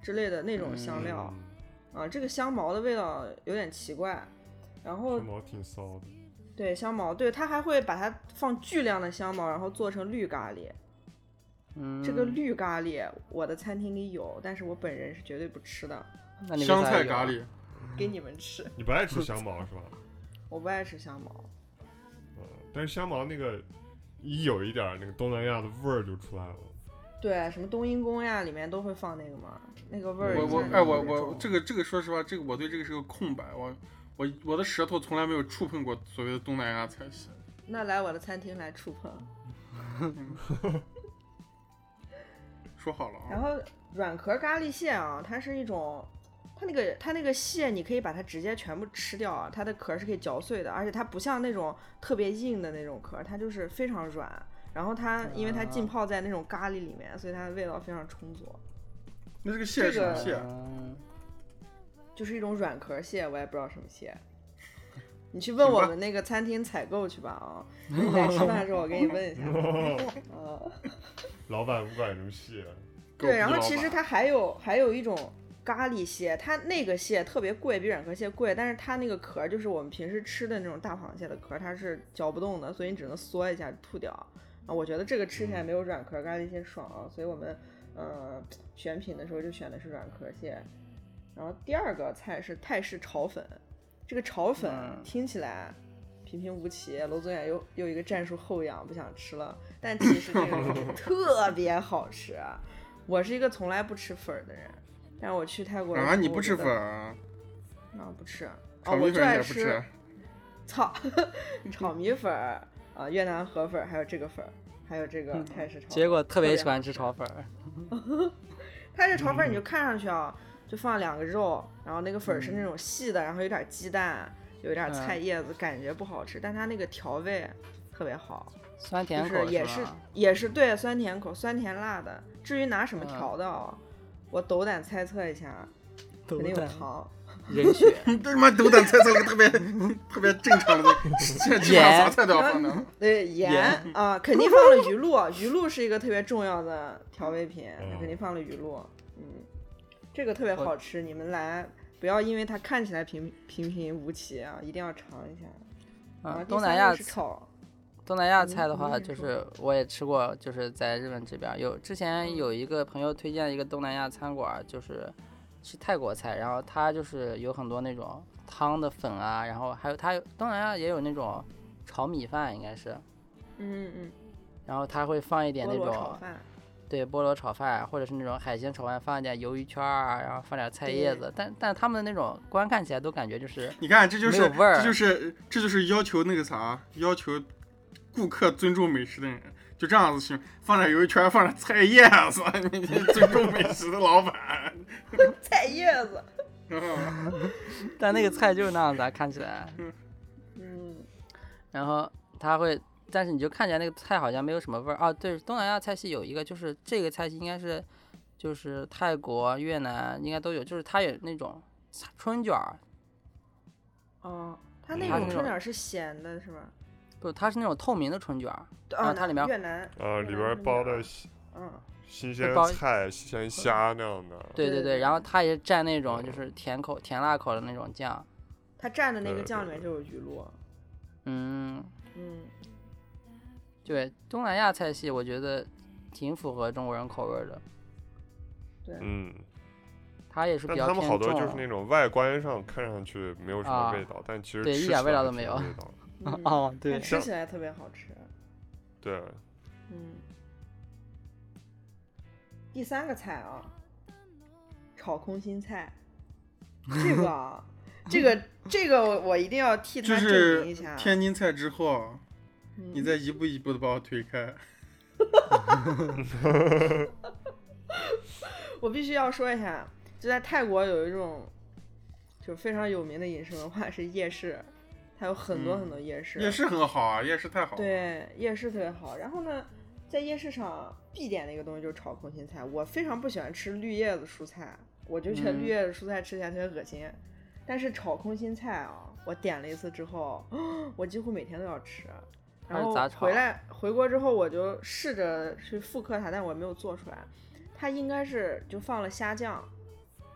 之类的那种香嗯料、啊，这个香茅的味道有点奇怪。然后嗯，毛挺骚的，对香茅，对它还会把它放巨量的香茅，然后做成绿咖喱。嗯，这个绿咖喱我的餐厅里有，但是我本人是绝对不吃的。那你为啥香菜有啊咖喱，给你们吃。你不爱吃香茅是吧？我不爱吃香茅，嗯，但是香茅那个一有一点儿那个东南亚的味儿就出来了。对，什么冬阴功呀，里面都会放那个嘛，那个味儿一我下就我特别重。哎我我这个这个说实话，这个我对这个是个空白，我我我的舌头从来没有触碰过所谓的东南亚菜系。那来我的餐厅来触碰。说好了然啊，后软壳咖喱蟹啊，它是一种，它那个它那个蟹，你可以把它直接全部吃掉啊，它的壳是可以嚼碎的，而且它不像那种特别硬的那种壳，它就是非常软。然后它因为它浸泡在那种咖喱里面，所以它的味道非常充足，那这个蟹是什么这个蟹？啊嗯，就是一种软壳蟹，我也不知道什么蟹。你去问行吧我们那个餐厅采购去吧啊！你来吃饭的时候我给你问一下。呃，老板五百如蟹，狗对，逼然后老其板实它还有还有一种咖喱蟹，它那个蟹特别贵，比软壳蟹贵，但是它那个壳儿就是我们平时吃的那种大螃蟹的壳儿，它是嚼不动的，所以你只能嗦一下吐掉。啊，我觉得这个吃起来没有软壳咖喱蟹爽啊，所以我们呃选品的时候就选的是软壳蟹。然后第二个菜是泰式炒粉，这个炒粉嗯听起来平平无奇，楼宗远又又一个战术后仰，不想吃了。但其实这个东 西特别好吃。啊我是一个从来不吃粉儿的人，但是我去泰国的时啊，候你不吃粉我觉儿，得啊？不吃。炒哦，我米就粉你爱也不吃 吃，操，炒米粉儿啊，越南河粉儿，还有这个粉儿，还有这个泰式嗯炒粉儿。结果特特别别喜欢吃炒粉儿，它这炒粉儿嗯你就看上去啊，就放两个肉，然后那个粉儿是嗯那种细的，然后有点鸡蛋，有点菜嗯叶子，感觉不好吃，但它那个调味特别好，酸就甜口是也是吧也是对酸甜口，酸甜辣的。至于拿什嗯么调的啊，我斗胆猜测一下，啊斗肯定有胆糖，人 血，这他妈斗胆猜测了个特别特别正常 的，这基本上啥菜都要放的。对呃盐啊，肯定放了鱼露，鱼露是一个特别重要的调味品，它肯定放了鱼露，嗯，这个特别好吃，你们来。不要因为它看起来平平平无奇啊，一定要尝一下。嗯，啊第东三南个亚是炒，嗯东南亚你菜的你话，也就说是我也吃过，就是在日本这边儿有之前有一个朋友推荐一个东南亚餐馆儿，就是是泰国菜，然后它就是有很多那种汤的粉啊，然后还有它有东南亚也有那种炒米饭应该是，嗯嗯然后它会放一嗯，点菠那萝炒种啊饭，对菠萝炒饭或者是那种海鲜炒饭，放一点鱿鱼圈儿啊，然后放点菜叶对子，但但他们的那种观看起来都感觉就是你看，这就是没有味儿这就是这就是要求那个啥，要求顾客尊重美食的人，就这样子行，放点油圈，放点菜叶子， 你你尊重美食的老板。菜叶子， 但那个菜就是那样子啊，看起来。嗯，然后它会，但是你就看起来那个菜好像没有什么味儿啊。对，东南亚菜系有一个，就是这个菜系应该是就是泰国、越南应该都有，就是它有那种春卷儿，哦，它那它种那嗯春种卷是咸的，是吗？不，它是那种透明的春卷儿，哦啊它里面越南，啊，越里南边春包卷的儿新嗯，新鲜包菜、新鲜虾那样的。对对对，对对然后它也蘸那种就是甜口、甜辣口的那种酱，它蘸的那个对酱里对面就有鱼露，嗯，嗯，对，东南亚菜系我觉得挺符合中国人口味儿的，对，嗯，它也是比较但他偏们重。好多就是那种外观上看上去没有什么啊味道，但其实对吃一起点来味道都还挺没有有味道的。嗯 哦，对但，吃像起来特别好吃。对，嗯，第三个菜啊，炒空心菜，这个啊，这个这个我我一定要替就他证明是一下。天津菜之后，嗯你再一步一步的把我推开。嗯我必须要说一下，就在泰国有一种就非常有名的饮食文化是夜市，它有很多嗯很多夜市，夜市很好啊，夜市太好了。，对夜市特别好。然后呢，在夜市上必点的一个东西就是炒空心菜，我非常不喜欢吃绿叶子蔬菜，我就觉得嗯绿叶子蔬菜吃起来特别恶心。但是炒空心菜啊，我点了一次之后， 我几乎每天都要吃。它然是后咋炒啊回来回国之后，我就试着去复刻它，但我没有做出来。它应该是就放了虾酱，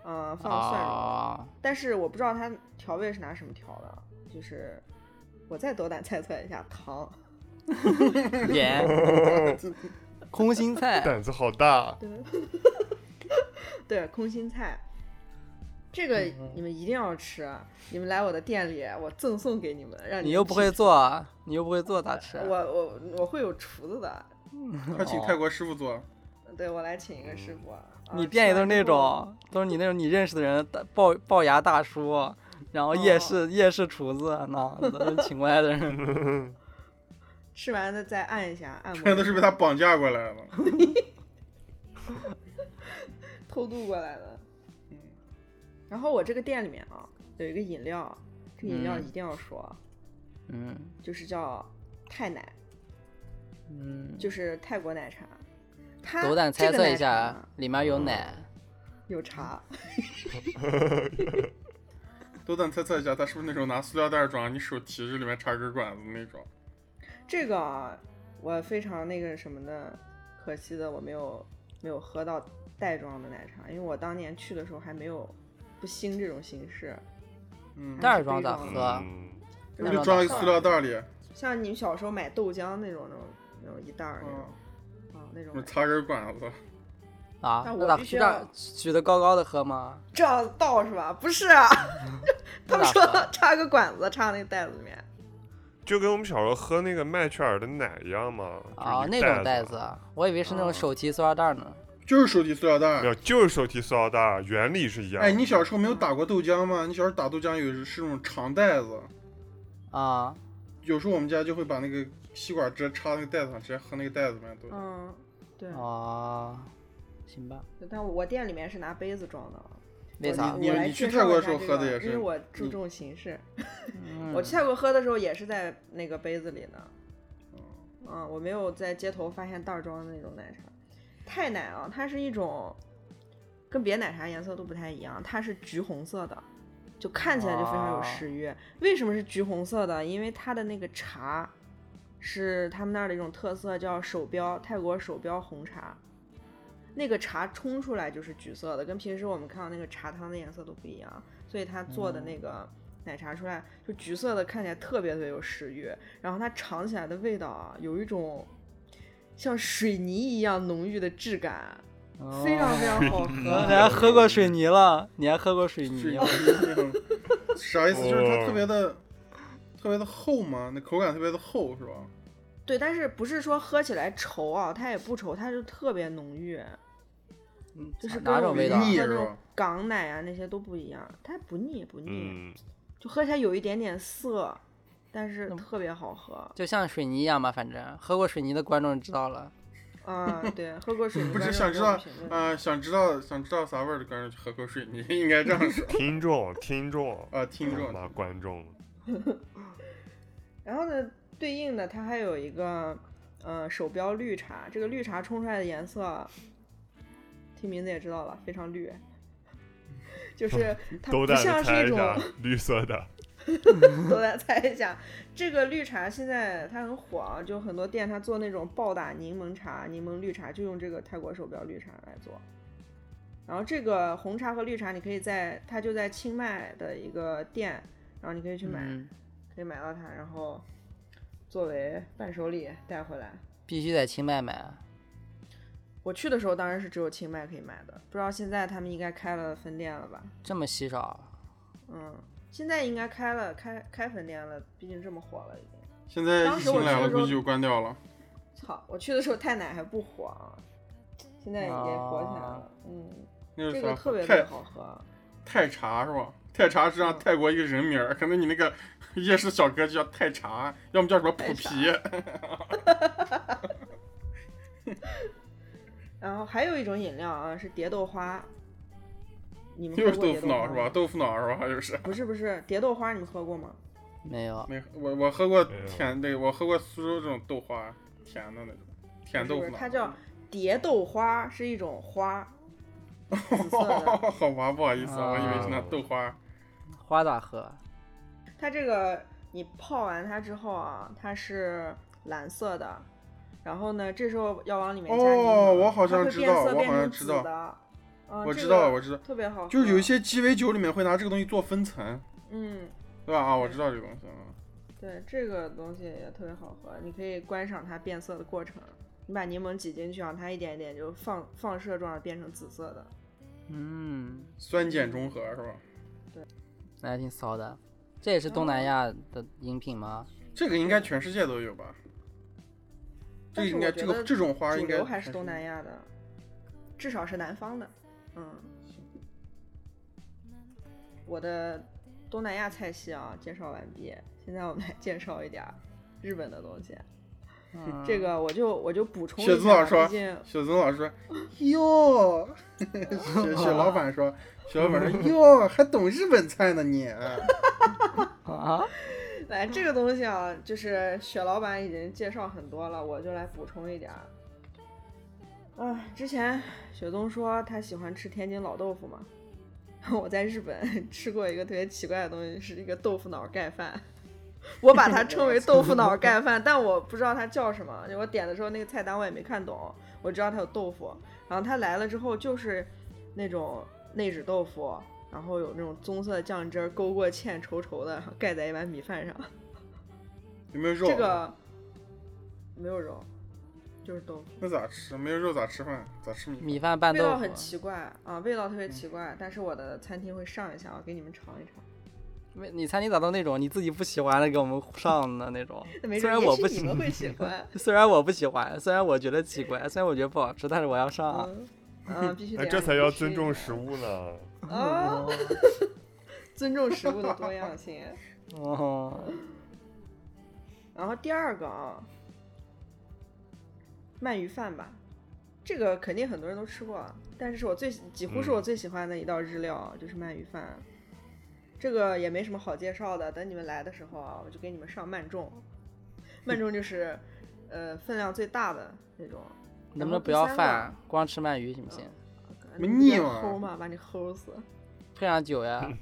嗯、放了蒜蓉，啊，但是我不知道它调味是拿什么调的，就是我再斗胆 猜测一下，糖。啊 盐、嗯空心菜，胆子好大，对， 对，空心菜，这个嗯你们一定要吃，啊你们来我的店里，我赠送给你们，让你们又不会品做啊，你又不会做咋吃尝。？我我我会有厨子的，快哦请泰国师傅做。对我来请一个师傅。啊嗯你店里都是那，吃完之后种，都是你那种你认识的人，大龅龅牙大叔，然后哦夜市、夜市厨子，啊那都是请过来的人。 吃完的再按一下，按摩这都是被他绑架过来了。偷渡过来的。嗯，然后我这个店里面啊，有一个饮料，这个饮料嗯一定要说，嗯就是叫泰奶，嗯，就是泰国奶茶。它斗胆这猜个测奶一下啊茶，里面有奶。嗯有茶。都胆猜测一下，他是不是那种拿塑料袋装，你手提着里面插根管子那种？这个啊，我非常那个什么的，可惜的我没有没有喝到袋装的奶茶，因为我当年去的时候还没有不兴这种形式。嗯，袋儿装咋嗯喝？嗯，我就装一个塑料袋里，像你小时候买豆浆那种那种那种一袋儿那种嗯，啊、那种我奶嗯茶，插根管子，啊，那那我咋必须举点要儿举得高高的喝吗？这样倒是吧？不是、 啊， 他那们咋说喝？ 插个管子插那个袋子里面。就跟我们小时候喝那个麦雀儿的奶一样嘛，啊，就是一那种袋袋子，啊，我以为是那种哦啊手提塑料袋呢。就是手提塑料没袋。有，就是手提塑料袋儿，原理是一样的。哎，你小时候没有打过豆浆吗？你小时候打豆浆有是那种长袋子，啊，有时候我们家就会把那个吸管直接插那个袋子上，直接喝那个袋子里面的豆浆。嗯，对。哦，行吧，但我店里面是拿杯子装的啊。为啥？你我来你去介泰绍国一的下时候这喝的个也是因为我注你重形式。嗯我去泰国喝的时候也是在那个杯子里的，嗯，我没有在街头发现袋儿装的那种奶茶。泰奶啊，它是一种跟别的奶茶颜色都不太一样，它是橘红色的，就看起来就非常有食欲。为什么是橘红色的？因为它的那个茶是他们那儿的一种特色，叫手标，泰国手标红茶。那个茶冲出来就是橘色的，跟平时我们看到那个茶汤的颜色都不一样，所以它做的那个奶茶出来、就橘色的，看起来特别特别有食欲。然后它尝起来的味道啊，有一种像水泥一样浓郁的质感，非常非常好哦。喝。你还喝过水泥了？你还喝过水嗯水泥啊泥？那种， 啥意思？就是它特别的，特别的厚嘛，那口感特别的厚是吧？对，但是不是说喝起来稠啊，它也不稠，它就特别浓郁，嗯就是跟哪我种们味没道？腻喝是那种吧港奶啊那些都不一样，它不腻不腻，嗯，就喝起来有一点点涩，但是那特别好喝。就像水泥一样吧，反正喝过水泥的观众知道了。 啊，对，喝过水泥不观是想众给知我们道评论，啊、想知道想知道啥味儿的观众去喝口水泥，应该这样说听众，听众，啊， 听 众。嘛，观众，然后呢，对应的它还有一个，呃，手标绿茶，这个绿茶冲出来的颜色，听名字也知道了，非常绿， 就是它斗不胆的像是猜一一种，下，绿色的， 都来猜一下，这个绿茶现在它很火啊，就很多店它做那种暴打柠檬茶、柠檬绿茶，就用这个泰国手标绿茶来做。然后这个红茶和绿茶，你可以在它就在清迈的一个店，然后你可以去买，嗯，可以买到它，然后作为伴手礼带回来。必须在清迈买。我去的时候当然是只有清迈可以买的，不知道现在他们应该开了分店了吧？这么稀少，嗯，现在应该开了，开开分店了，毕竟这么火了已经。现在当疫时我情来去了，的时估候计就关掉了。操，我去的时候泰奶还不火啊，现在已经火起来了啊。嗯，那这是个啥？特别特别泰好喝。泰茶是吧？泰茶是让嗯泰国一个人名儿，可能你那个 夜市小哥就叫泰茶，要么叫什么泰普茶皮。然后还有一种饮料啊，是蝶豆花。你们又喝是过豆蝶腐豆花脑吗是吧？？豆腐脑是吧？ 就是不是不是，蝶豆花你们喝过吗？没有，没我我喝过没有甜的，我喝过苏州这种豆花，甜的那种甜不豆是不腐 脑。嗯是，它叫蝶豆花，是一种花，紫色 的。好吧，不好意思啊，我以为是那哦豆花。花咋喝？它这个你泡完它之后啊，它是蓝色的，然后呢，这时候要往里面加柠檬，哦我好像它会知变道色我变好成像知紫道的。嗯我这知道个我知道特别好喝，就是有一些鸡尾酒里面会拿这个东西做分层，嗯，对吧？啊，我对知道这个东西。嗯对，这个东西也特别好喝，你可以观赏它变色的过程。你把柠檬挤进去啊，它一点一点就放放射状地变成紫色的。嗯，酸碱中和是吧？那还挺骚的。这也是东南亚的饮品吗？这个应该全世界都有吧？这但个是应我该觉这个得这种花主应该流还是东南亚的，至少是南方的。嗯，我的东南亚菜系啊，介绍完毕。现在我们来介绍一点儿日本的东西。嗯哦 这个我就我就补充雪一子老下师说吧，毕竟雪松老师说：“哟，雪雪老板说，雪老板说，哟，还懂日本菜呢你。啊， 来这个东西啊，就是雪老板已经介绍很多了，我就来补充一点儿。啊，之前雪冬说她喜欢吃天津老豆腐嘛， 我在日本 吃过一个特别奇怪的东西，是一个豆腐脑盖饭，我把它称为豆腐脑盖饭，但我不知道它叫什么。就我点的时候那个菜单我也没看懂，我知道它有豆腐，然后它来了之后就是那种内酯豆腐，然后有那种棕色的酱汁儿勾过芡稠稠的，然后盖在一碗米饭上。” 有没有肉？这个没有肉，就是豆腐，那咋吃？没有肉咋吃饭？咋吃米？米饭拌味豆道腐嗯很，奇怪啊，味道特别奇怪。但是我的餐厅会上一下，我给你们尝一尝。？没你餐厅咋到那种你自己不喜欢的给我们上的那种没虽准然也我不许你喜。们会喜欢 虽然我不喜欢，虽然我觉得奇怪，虽然我觉得不好吃，但是我要上啊。嗯，嗯必须哎，得让这你才们叫吃尊一重下食物呢。 啊！尊重食物的多样性。哦， 然后第二个啊，鳗鱼饭吧，这个肯定很多人都吃过，啊但是是我最几嗯乎是我最喜欢的一道日料，啊就是鳗鱼饭。这个也没什么好介绍的，等你们来的时候啊，我就给你们上慢中。慢中就是，呃，分量最大的那种。能不然后能第不要三个饭，光吃鳗鱼行不行？没腻吗吗？齁嘛，呃把你齁死。配上酒呀，嗯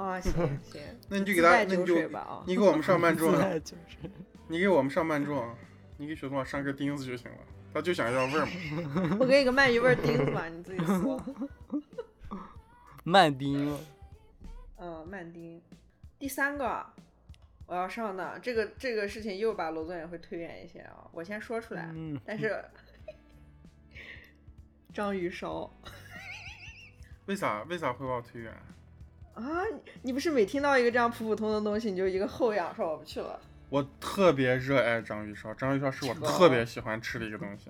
啊，行行， 那你就自给他，带那你酒就水吧 啊。你给我们 上慢 重，那就是你给我们上慢重，你给雪松上个钉子就行了。他就想要味儿嘛。我给你个鳗鱼味儿钉子吧，你自己嗦。慢丁哦。嗯，曼丁。第三个，我要上的这个这个事情又把罗总也会推远一些啊、我先说出来，嗯，但是章鱼烧为啥？为啥会往推远？啊你，你不是每听到一个这样普普通通的东西，你就一个后仰说我不去了。我特别热爱章鱼烧，章鱼烧是我是吧特别喜欢吃的一个东西，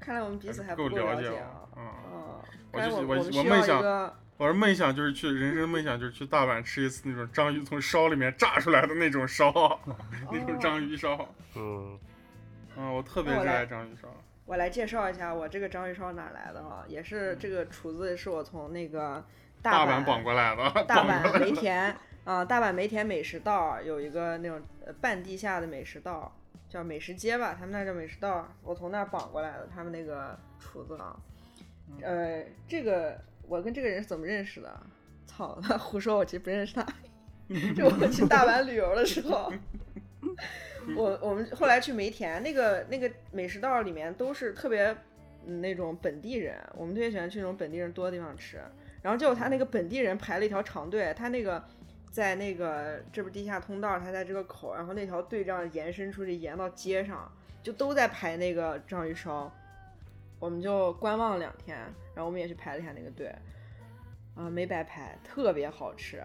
看来我们彼此还不够够了解啊。我。啊。嗯，我看来就我我们我需梦要想一个我的梦想就是去，人生梦想就是去大阪吃一次那种章鱼从烧里面炸出来的那种烧， 哦 那种章鱼烧。嗯，嗯，我特别那我热来爱章鱼烧。我来介绍一下我这个章鱼烧哪儿来的哈，也是这个厨子是我从那个嗯大阪阪绑过来的，大绑过来阪梅田啊、大阪梅田美食道有一个那种呃半地下的美食道，叫美食街吧，他们那儿叫美食道，我从那儿绑过来的，他们那个厨子啊，呃，这个我跟这个人是怎么认识的？操，他胡说，我其实不认识他。就我去大阪旅游的时候，我我们后来去梅田那个那个美食道里面都是特别嗯那种本地人，我们特别喜欢去那种本地人多的地方吃。然后结果他那个本地人排了一条长队，他那个在那个这不是地下通道，他在这个口，然后那条队这样延伸出去，延到街上，就都在排那个章鱼烧。我们就观望两天，然后我们也去排了一下那个队，啊，没白排，特别好吃。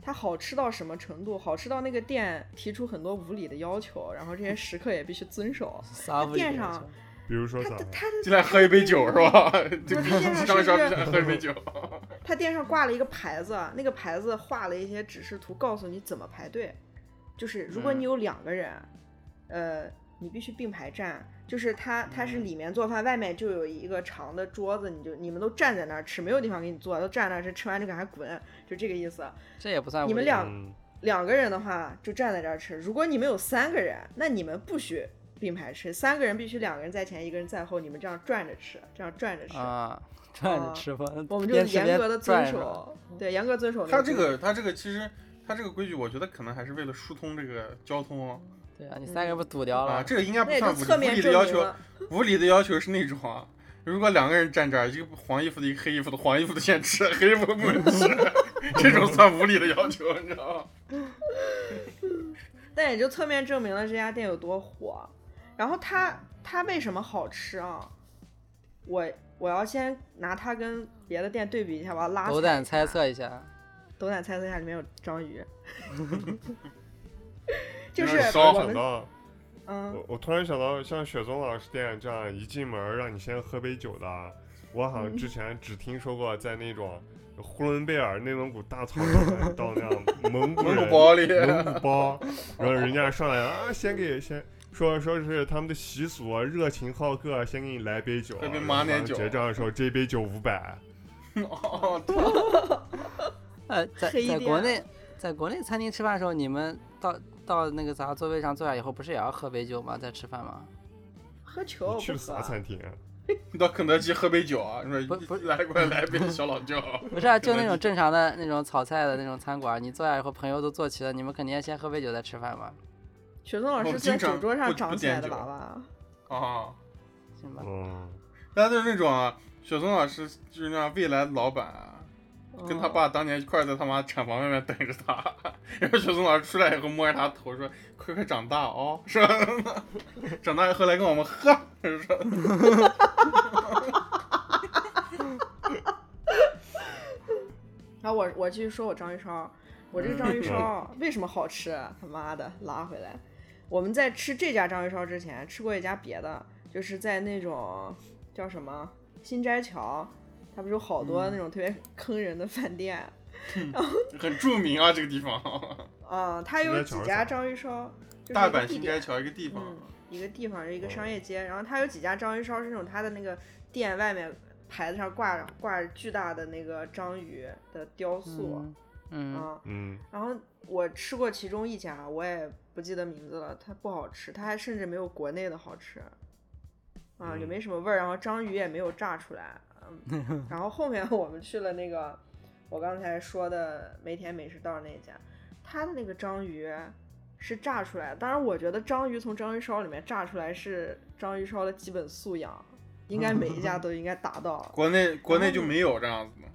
它好吃到什么程度？好吃到那个店提出很多无理的要求，然后这些食客也必须遵守。撒不店了上就比如说它啥的？它的进来喝一杯酒是吧？就不比是现在上一是上不进是来喝一杯酒。他店上挂了一个牌子，那个牌子画了一些指示图，告诉你怎么排队。就是如果嗯你有两个人，呃，你必须并排站。就是他他嗯是里面做饭，外面就有一个长的桌子，你就你们都站在那儿吃，没有地方给你坐，都站那儿吃，吃完就赶快滚，就这个意思。这也不算你无们理俩嗯，两个人的话就站在这儿吃，如果你们有三个人，那你们不许并排吃，三个人必须两个人在前，一个人在后，你们这样转着吃，这样转着吃。啊，转着啊吃吧，我们就边吃严边格的遵转着。守，对，严格遵守。他这个，他这个其实，他这个规矩，我觉得可能还是为了疏通这个交通哦对啊，你三个嗯人不堵掉啊。了？这个应该不那也就算无侧理无面理证的要明求，了，无理的要求是那种啊，如果两个人站这儿，一个黄衣服的，一个黑衣服的，黄衣服的先吃，黑衣服的不能吃， 这种算无理的要求，你知道吗？但也就侧面证明了这家店有多火。然后它它为什么好吃啊？我我要先拿它跟别的店对比一下，我要啊拉斗踩胆一猜下测一下，斗胆猜测一下里面有章 鱼，有就点是烧我想们到嗯我我突然想到，像雪松老师店这样一进门儿让你先喝杯酒的，啊我好嗯像之前只听说过在那种呼伦贝尔、内蒙古大草原到那样蒙古蒙古人包里，蒙古包，然后人家上来啊，先给先说说是他们的习俗啊，热情好客，先给你来杯酒，喝杯然后马奶酒结账的时候这杯酒五百，哦，对呃，在黑在店国内，在国内餐厅吃饭的时候，你们到到那个啥座位上坐下以后，不是也要喝杯酒吗？再吃饭吗？喝球你我去不了啥喝，餐厅啊？你到肯德基喝杯酒啊，你说不不来过来来杯小老酒， 不是、啊，就肯德那种基正常的那种炒菜的那种餐馆，你坐下以后，朋友都坐齐了，你们肯定要先喝杯酒再吃饭嘛，雪松老哦我师经在酒常桌不上不长起来点的酒粑粑，啊。行吧？嗯，但就是那种啊，雪松老师就是那样未来的老板啊，跟他嗯爸当年一块儿在他妈产房外面等着他， 然后雪松老师出来以后摸着他头说：“快快长大哦，是吧？ 长大以后来跟我们喝。”是吧？ 然后我我继续说我章鱼烧，我这个章鱼烧为什么好吃啊、他妈的，拉回来！我们在吃这家章鱼烧之前，吃过一家别的，就是在那种叫什么新斋桥，它不是有好多那种特别坑人的饭店。很著名啊，这个地方，嗯，它有几新斋桥是啥家章鱼烧，就是大一个阪地新斋点，桥一个啊地方，，嗯，一个地方是一个商业街，然后它有几家章鱼烧是那种它的那个店外面牌子上挂着挂着巨大的那个章鱼的雕塑，嗯嗯，嗯嗯，然后我吃过其中一家，我也不记得名字了，它不好吃，它还甚至没有国内的好吃，啊，也嗯没什么味儿，然后章鱼也没有炸出来，嗯，然后后面我们去了那个我刚才说的梅田美食道那家，它的那个章鱼是炸出来的，当然我觉得章鱼从章鱼烧里面炸出来是章鱼烧的基本素养，应该每一家都应该达到 国内国内就没有这样子的，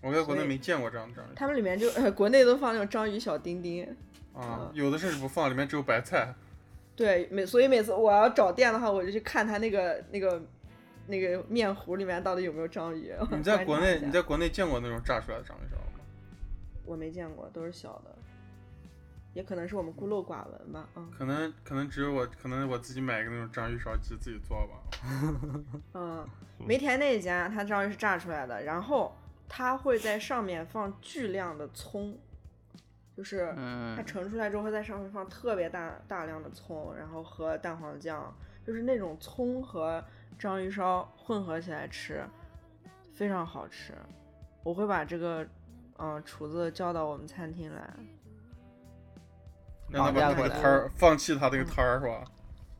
我在国内嗯所以没见过这样这样的他们里面就、呃、国内都放那种章鱼小丁丁。嗯啊，有的甚至不放，里面只有白菜，对，每所以每次我要找店的话，我就去看他那个那个那个面糊里面到底有没有章鱼。你在国观察内一下你在国内见过那种炸出来的章鱼烧吗？我没见过，都是小的，也可能是我们孤陋寡闻吧。嗯可能可能只有我，可能我自己买一个那种章鱼烧鸡自己做吧。嗯，梅田那一家它章鱼是炸出来的，然后它会在上面放巨量的葱，就是它嗯，盛出来之后会在上面放特别大大量的葱，然后和蛋黄酱，就是那种葱和章鱼烧混合起来吃，非常好吃。我会把这个，嗯、厨子叫到我们餐厅来。让他把绑架那过个来嗯摊儿放弃他那个摊儿是吧？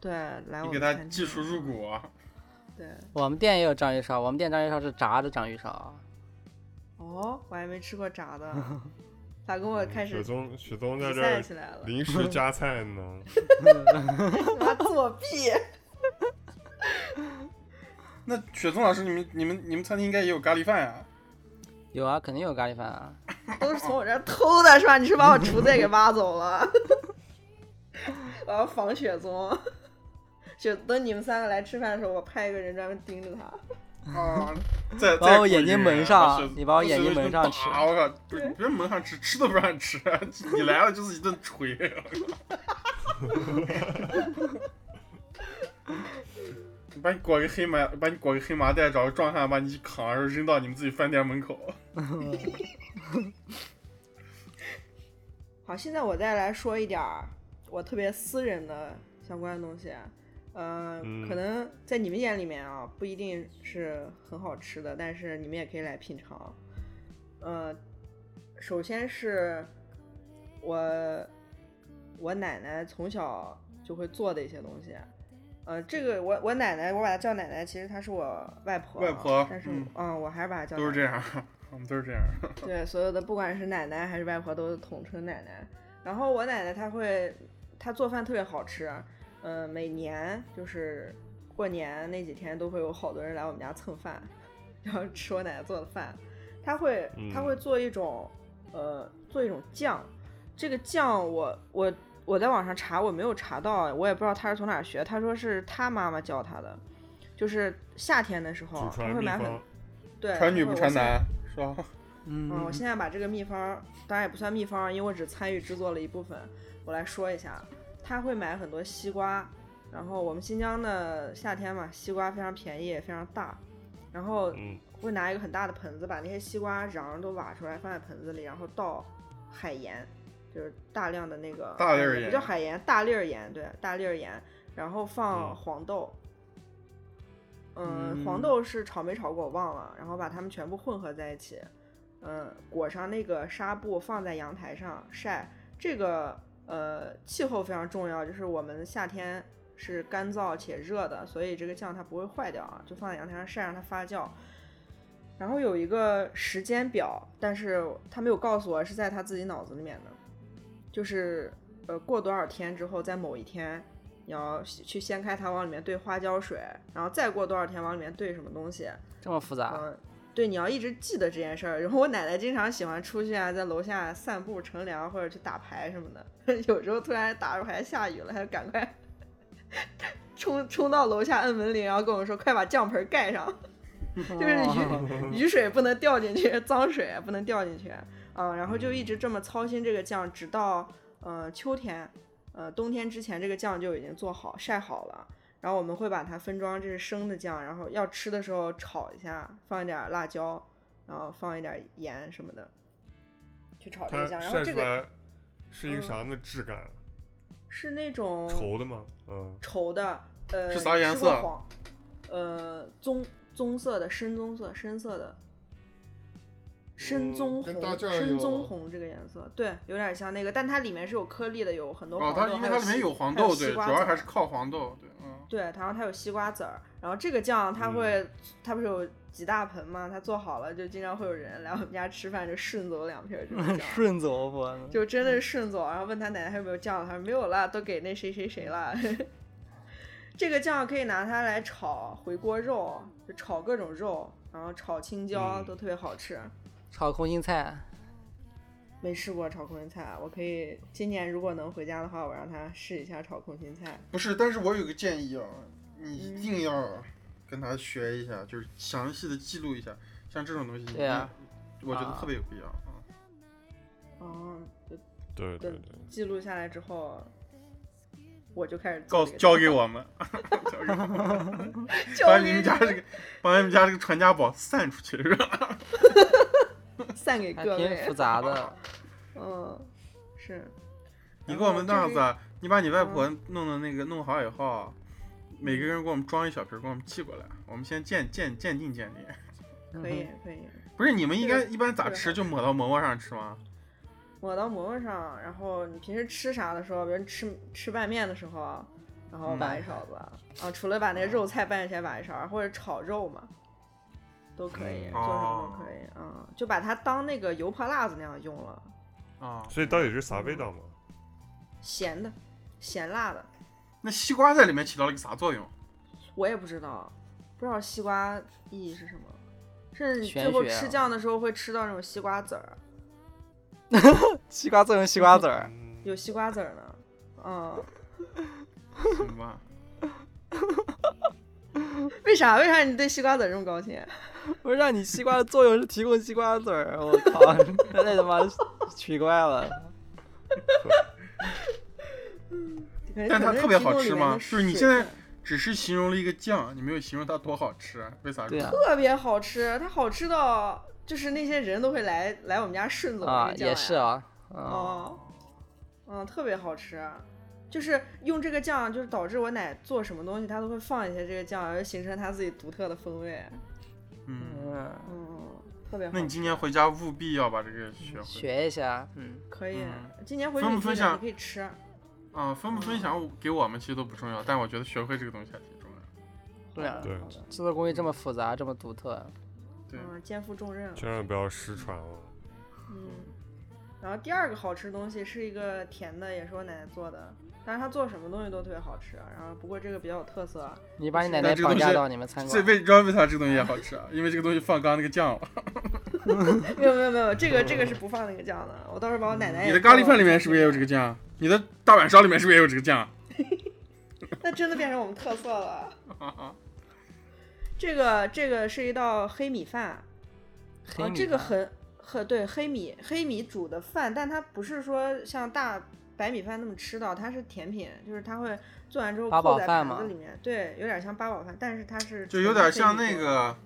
对，来你我们给他餐厅技术入股啊，对，我们店也有章鱼烧，我们店章鱼烧是炸的章鱼烧，哦，我还没吃过炸 的，咋跟我开雪始宗雪宗在比这赛儿起来了？临时加菜 呢。你妈作弊！那雪松老师，你们你们你们餐厅应该也有咖喱饭呀、有啊，肯定有咖喱饭啊。都是从我这儿偷的，是吧？你是把我厨子也给挖走了？我要防雪宗。 就等你们三个来吃饭的时候，我派一个人专门盯着 他。啊！再把再我过眼一睛个蒙人上啊是你把我是眼睛一蒙顿上打吃我靠，不是，你别蒙上吃，吃都不让吃，你来了就是一顿锤。把你裹个黑麻，把你裹个黑麻袋，找个壮汉把你一扛，然后扔到你们自己饭店门口。好，现在我再来说一点儿我特别私人的相关的东西，呃，嗯可能在你们眼里面啊，不一定是很好吃的，但是你们也可以来品尝。呃，首先是我我奶奶从小就会做的一些东西，呃，这个我我奶奶，我把她叫奶奶，其实她是我外婆啊，外婆但是嗯嗯，我还是把她叫都是奶奶这样，我们都是这样。对，所有的不管是奶奶还是外婆都是统称奶奶。然后我奶奶她会，她做饭特别好吃，嗯、每年就是过年那几天都会有好多人来我们家蹭饭， 然后吃我奶奶做的饭。她会，她会做一种，呃，做一种酱。这个酱我我我在网上查，我没有查到，我也不知道她是从哪儿学。她说是她妈妈教她的，就是夏天的时候祖她传哦会秘买很方，对传女她不会传我现在男，是吧？嗯嗯，我现在把这个秘方儿，当然也不算秘方儿，因为我只参与制作了一部分，我来说一下。啊他会买很多西瓜，然后我们新疆的夏天嘛，西瓜非常便宜，也非常大，然后嗯，会拿一个很大的盆子，把那些西瓜瓤都挖出来，放在盆子里，然后倒海盐，就是大量的那个大粒儿呃盐不叫海盐，大粒儿盐，对，大粒儿盐，然后放嗯黄豆。嗯，嗯黄豆是炒没炒过我忘了，然后把它们全部混合在一起，嗯，裹上那个纱布放在阳台上晒。这个呃气候非常重要，就是我们夏天是干燥且热的，所以这个酱它不会坏掉啊，就放在阳台上晒，让它发酵。然后有一个时间表，但是他没有告诉我是在他自己脑子里面的，就是呃过多少天之后，在某一天你要去掀开它，往里面兑花椒水，然后再过多少天往里面兑什么东西，这么复杂，嗯，对，你要一直记得这件事儿。然后我奶奶经常喜欢出去啊，在楼下散步、乘凉或者去打牌什么的。 有时候突然打着牌下雨了，她就赶快冲冲到楼下摁门铃，然后跟我说：“快把酱盆盖上，就是哦哦雨雨水不能掉进去，脏水不能掉进去。”嗯，然后就一直这么操心这个酱，直到呃秋天，呃冬天之前，这个酱就已经做好晒好了。然后我们会把它分装，这是生的酱，然后要吃的时候炒一下，放一点辣椒，然后放一点盐什么的，去炒这它个酱。然后晒这出个嗯来是一个啥样的质感？是那种稠的吗？嗯，稠的，呃，是啥颜吃过色黄，呃，棕棕色的，深棕色，深色的，深哦嗯棕跟红，大件儿深有棕红这个颜色，对，有点像那个，但它里面是有颗粒的，有很多哦黄，它豆，因为还它里面西有黄还有豆，西对，主瓜要籽还儿是靠黄豆，对，嗯，对，然后它有西瓜籽儿，然后这个酱它嗯会，它不是有几大盆嘛，它做好了就经常会有人来我们家吃饭，就顺走两瓶儿 这种酱，顺走我嗯就真的是顺走，然后问他奶奶还有没有酱了，他说没有了，都给那谁谁谁了。 这个酱可以拿它来炒回锅肉，就炒各种肉，然后炒青椒、嗯都特别好吃。炒空心菜，没试过炒空心菜，我可以今年如果能回家的话，我让他试一下炒空心菜。不是，但是我有个建议啊，你一定要跟他学一下，就是详细的记录一下，像这种东西，对呀你我觉得啊特别有必要啊。哦，就对对对对，记录下来之后，我就开始告做这个交给我们，交给我们把交你给们家这个，把你们家这个传家宝散出去，是吧？ 散给还各挺复位。杂的。嗯，是。你然给我后们就那样子是啊，你把你外婆弄的那个弄好以后，啊每个人给我们装一小瓶儿，给我们寄过来，我们先鉴鉴鉴定鉴定。 嗯可以可以，不是你们应该这个一般咋这个吃？好就抹到馍馍上吃吗？抹到馍馍上，然后你平时吃啥的时候，比如吃吃拌面的时候，嗯然后把一勺子、啊，除了把那个肉菜拌一起来把一勺，或者炒肉嘛，都可以，嗯做什么哦都可以，嗯，就把它当那个油泼辣子那样用了，啊，所以到底是啥味道嘛？咸的，咸辣的，那西瓜在里面起到了个啥作用？我也不知道，不知道西瓜意义是什么，甚至你玄最后学啊吃酱的时候会吃到那种西瓜籽儿，西瓜做成西 瓜籽儿，嗯，啊有西瓜籽儿呢，嗯，行吧，啥？为啥你对西瓜籽儿这么高兴？不是让你西瓜的作用是提供西瓜籽儿，我 靠，太他妈奇怪了。但它特别好吃吗？就就是你现在只是形容了一个酱，你没有形容它多好吃，为啥？对啊特别好吃，它好吃到就是那些人都会来来我们家顺走那啊个，酱呀也是啊，啊，哦，嗯，特别好吃，就是用这个酱，就是导致我奶做什么东西，她都会放一些这个酱，然后形成她自己独特的风味。嗯，嗯，嗯，特别好那你今年回家务必要把这个学会学一下，嗯，可以嗯。今年回去分不你自分己享你可以吃，啊！分不分享给我们其实都不重要，但我觉得学会这个东西还挺重要。对啊，对制作工艺这么复杂，这么独特，对，嗯，肩负重任。千万不要失传啊了。嗯，然后第二个好吃的东西是一个甜的，也是我奶奶做的，但是她做什么东西都特别好吃。啊然后不过这个比较有特色，啊你把你奶但奶这个绑东架西到你们餐这馆，为知道为啥这个东西也好吃 啊？因为这个东西放刚刚那个酱啊了。没有没有没有，这个这个是不放那个酱的。我到时候把我奶奶也你的咖做喱到饭里面是不是也有这个酱？啊你的大碗烧里面是不是也有这个酱？啊那真的变成我们特色了。这个这个是一道黑米饭，黑啊，米这个饭很很对黑米黑米煮的饭，但它不是说像大白米饭那么吃到，它是甜品，就是它会做完之后八宝扣在饭盘子吗里面，对，有点像八宝饭，但是它是就纯有点黑像米那做的个，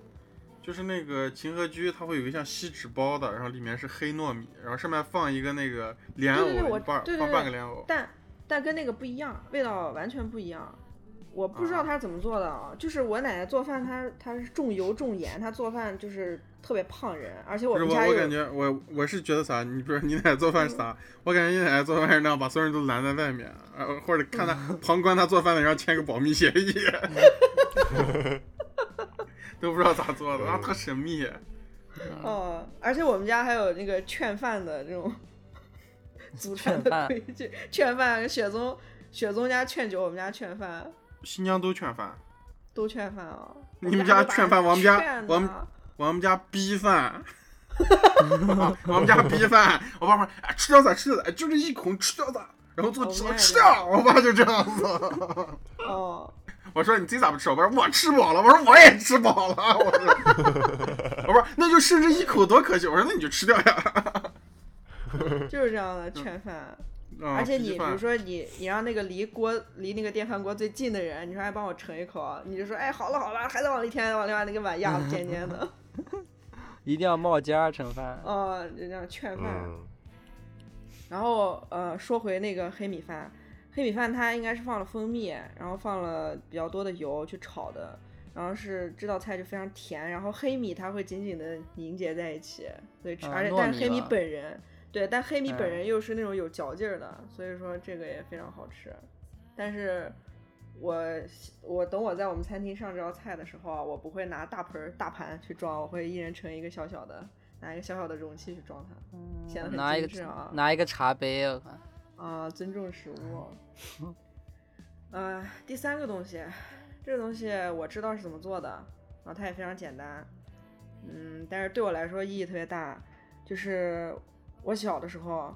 就是那个秦河居，它会有一个像锡纸包的，然后里面是黑糯米，然后上面放一个那个莲对对对藕，我一半儿对对放对半个莲藕。但但跟那个不一样，味道完全不一样。我不知道他是怎么做的啊，就是我奶奶做饭，她她是重油重盐，她做饭就是特别胖人，而且我不是我，们家我感有觉我我是觉得啥，你比如说你奶奶做饭是啥，我感觉你奶奶做饭是那样，把所有人都拦在外面，啊，或者看她旁观她做饭的，然后签个保密协议， 都不知道咋做的，然后特神秘。哦，而且我们家还有那个劝饭的这 种祖传劝的饭规矩，劝饭雪宗雪宗家劝酒，我们家劝饭新疆都劝饭，都劝饭啊、你们家家都把劝人饭我们家劝我们的啊我们家逼饭，我们家逼饭，我爸说，哎，吃掉咋吃掉咋，就这一孔吃掉咋，然后做我吃们家也吃是掉，我爸就这样子。哦，我说你自己咋不吃？我爸说我吃饱了，我说我也吃饱了，我说，我说那就试这一口多可惜。我说那你就吃掉呀。就是这样的劝饭。啊而且逼你比饭如说你你让那个离锅离那个电饭锅最近的人，你说哎帮我盛一口，你就说哎好了好了，还得往里添，往另外那个碗压的尖尖的，一定要冒尖儿盛饭，哦，就这样劝饭。嗯，然后呃，说回那个黑米饭，黑米饭它应该是放了蜂蜜，然后放了比较多的油去炒的，然后是这道菜就非常甜，然后黑米它会紧紧的凝结在一起，所以吃，啊而且糯但米黑米吧本人对，但黑米本嗯人又是那种有嚼劲儿的，所以说这个也非常好吃。但是我我等我在我们餐厅上这道菜的时候啊，我不会拿大盆儿大盘去装，我会一人盛一个小小的，拿一个小小的容器去装它，显得嗯拿很一精个致啊。拿一个茶杯，我靠啊，尊重食物。呃，第三个东西，这个东西我知道是怎么做的，然后它也非常简单，嗯，但是对我来说意义特别大。就是我小的时候，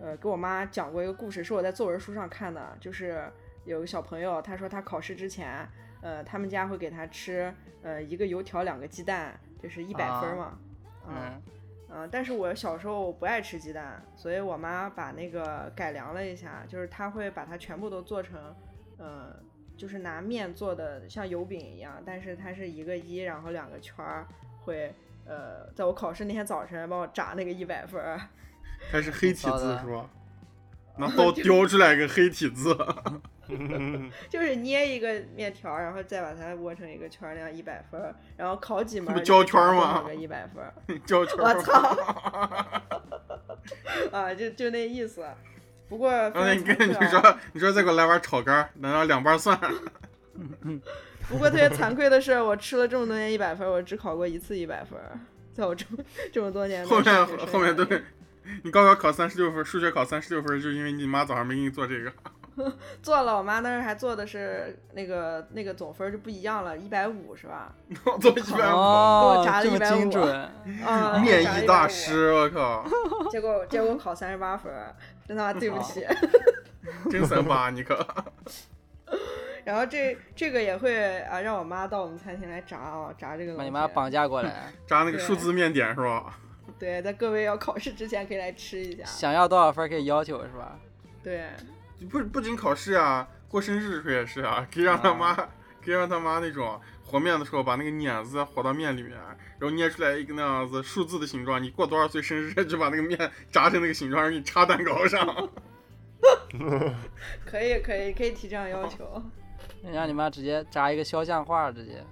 呃，给我妈讲过一个故事，是我在作文书上看的，就是有个小朋友，他说他考试之前，呃，他们家会给他吃，呃，一个油条，两个鸡蛋，就是一百分啊儿嘛，啊嗯，嗯，但是我小时候不爱吃鸡蛋，所以我妈把那个改良了一下，就是她会把它全部都做成，呃，就是拿面做的像油饼一样，但是它是一个一，然后两个圈儿，会呃，在我考试那天早晨帮我炸那个一百分儿， 开始黑体挺骚字的是吧？拿刀雕出来一个黑体字，就是捏一个面条儿，然后再把它窝成一个圈儿，那样一百分儿，然后考几门不儿胶就圈儿炸多吗少个一百分儿， 胶圈。我操！啊，就就那意思。不过哎非常刚才你跟惭你愧啊说，你说再给我来碗炒肝儿，来碗两瓣蒜，不过特别惭愧的是，我吃了这么多年一百分儿，我只考过一次一百分儿，在我这么这么多年的后面上学生涯后面都里是。 你高考考三十六分，数学考三十六分，就因为你妈早上没给你做这个。 做了，我妈当时还做的是那个那个总分儿就不一样了，一百五是吧？我做一百五，哦，炸了这么150精 准，啊， 面炸议150大。师，我靠，结果结果我考三 十八分儿，真他妈对不起。真三八，你可。然后这这个也会啊，让我妈到我们餐厅来炸啊，炸这个东西。把你妈绑架过来， 炸那个对数字面点是吧？对，在各位要考试之前可以来吃一下。想要多少分儿可以要求是吧？对，不不仅考试啊，过生日的时候也是啊，可以让他妈，可以让他妈那种和面的时候把那个碾子和到面里面，然后捏出来一个那样子数字的形状，你过多少岁生日就把那个面炸成那个形状，让你插蛋糕上。可以可以可以提这样要求。 让你妈直接扎一个肖像画，直接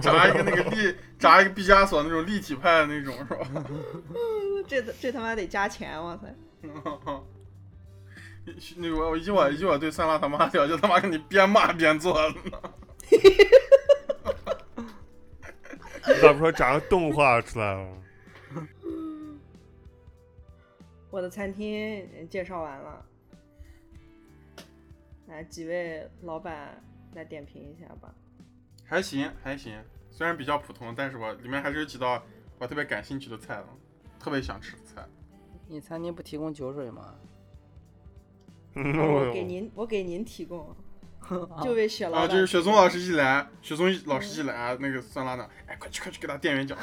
炸一个那个立，炸一个毕加索那种立体派的那种，是这这他妈得加钱，哇塞！吧？ 那我以我以我对酸辣他妈了解，他妈给你边骂边做呢。你咋不说炸个动画出来啊 了？我的餐厅呃介绍完了，来几位老板来点评一下吧。还行还行，虽然比较普通，但是我里面还是有几道我特别感兴趣的菜的，特别想吃的菜。你餐厅不提供酒水吗？嗯我给您，我给您提供，就为雪老哎啊，板。嗯就是雪松老师一来，雪松老师一来，那个酸辣的，哎，快去快去给他店 员讲，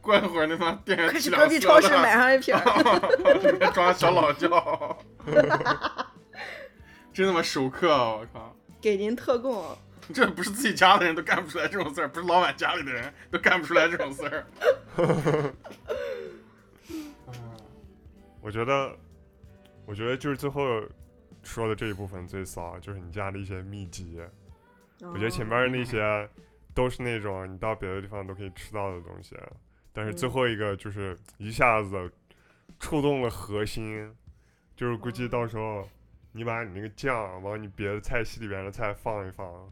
过一会儿那帮店员快去去隔壁超市买上上一瓶儿。里面装小老窖， 真他妈熟客、啊，我靠！给您特供，这不是自己家的人都干不出来这种事儿，不是老板家里的人都干不出来这种事儿。我觉得，我觉得就是最后说的这一部分最骚，啊就是你家的一些秘籍。啊我觉得前面那些都是那种你到别的地方都可以吃到的东西，啊但是最嗯后一个就是一下子触动了核心，就是估计到时候你把你那个酱往你别的菜系里边的菜放一放，哦，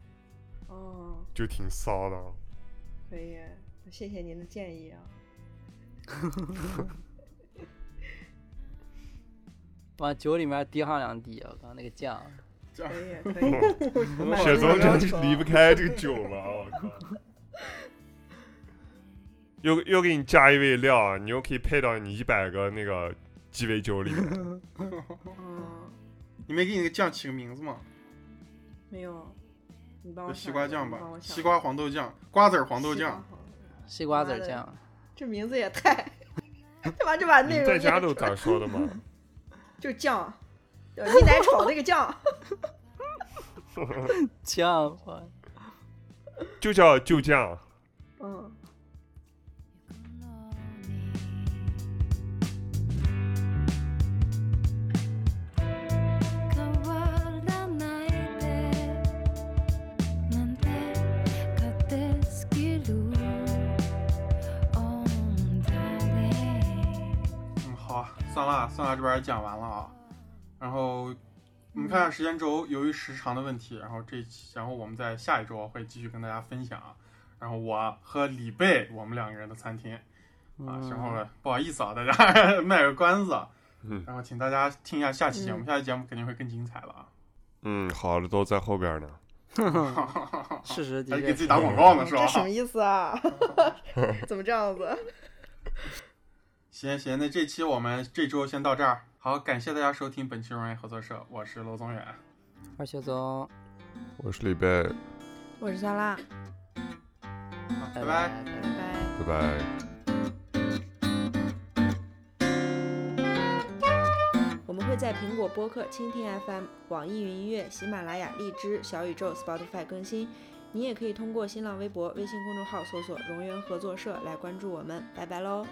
哦，就挺骚的。可以，谢谢您的建议啊。往酒里面滴上两滴，我靠那个酱，这样可以， 可以。我买雪了宗一真啊个的是球离不开这个酒了，啊我靠！又又给你加一味料，啊你又可以配到你一百个那个鸡尾酒里面。嗯，你没给你那个酱起个名字吗？没有，你帮就我西哦想瓜一个酱你吧帮我，想西一瓜个黄豆酱、瓜子儿黄豆西瓜酱。黄豆西瓜子妈儿的酱，这名字也太， 他妈就把你内们容在家念都出来咋说的嘛？就是酱，呃你奶炒那个酱，酱我就叫就酱。嗯， 「変わらないで」「なんて勝手すぎる」「オンダレ」嗯，好，酸辣酸辣这边讲完了啊，然后我们看看时间轴，由于时长的问题，然后这一期，然后我们在下一周会继续跟大家分享啊，然后我和李贝我们两个人的餐厅啊，然后呢，不好意思啊，大家 卖个关子，啊嗯然后请大家听一下下期节目，嗯下期节目肯定会更精彩了啊，嗯，好的都在后边呢。事实的还给确自己是打广告呢是吧这？什么意思啊？ 怎么这样子？行行，那这期我们这周先到这儿，好，感谢大家收听本期荣源合作社，我是娄宗远，二雪宗，我是李贝，我是酸辣，好拜拜拜拜拜。拜拜。我们会在苹果播客、蜻蜓 FM、网易云音乐、喜马拉雅、荔枝、小宇宙、Spotify 更新。你也可以通过新浪微博、微信公众号搜索“荣源合作社”来关注我们。拜拜喽！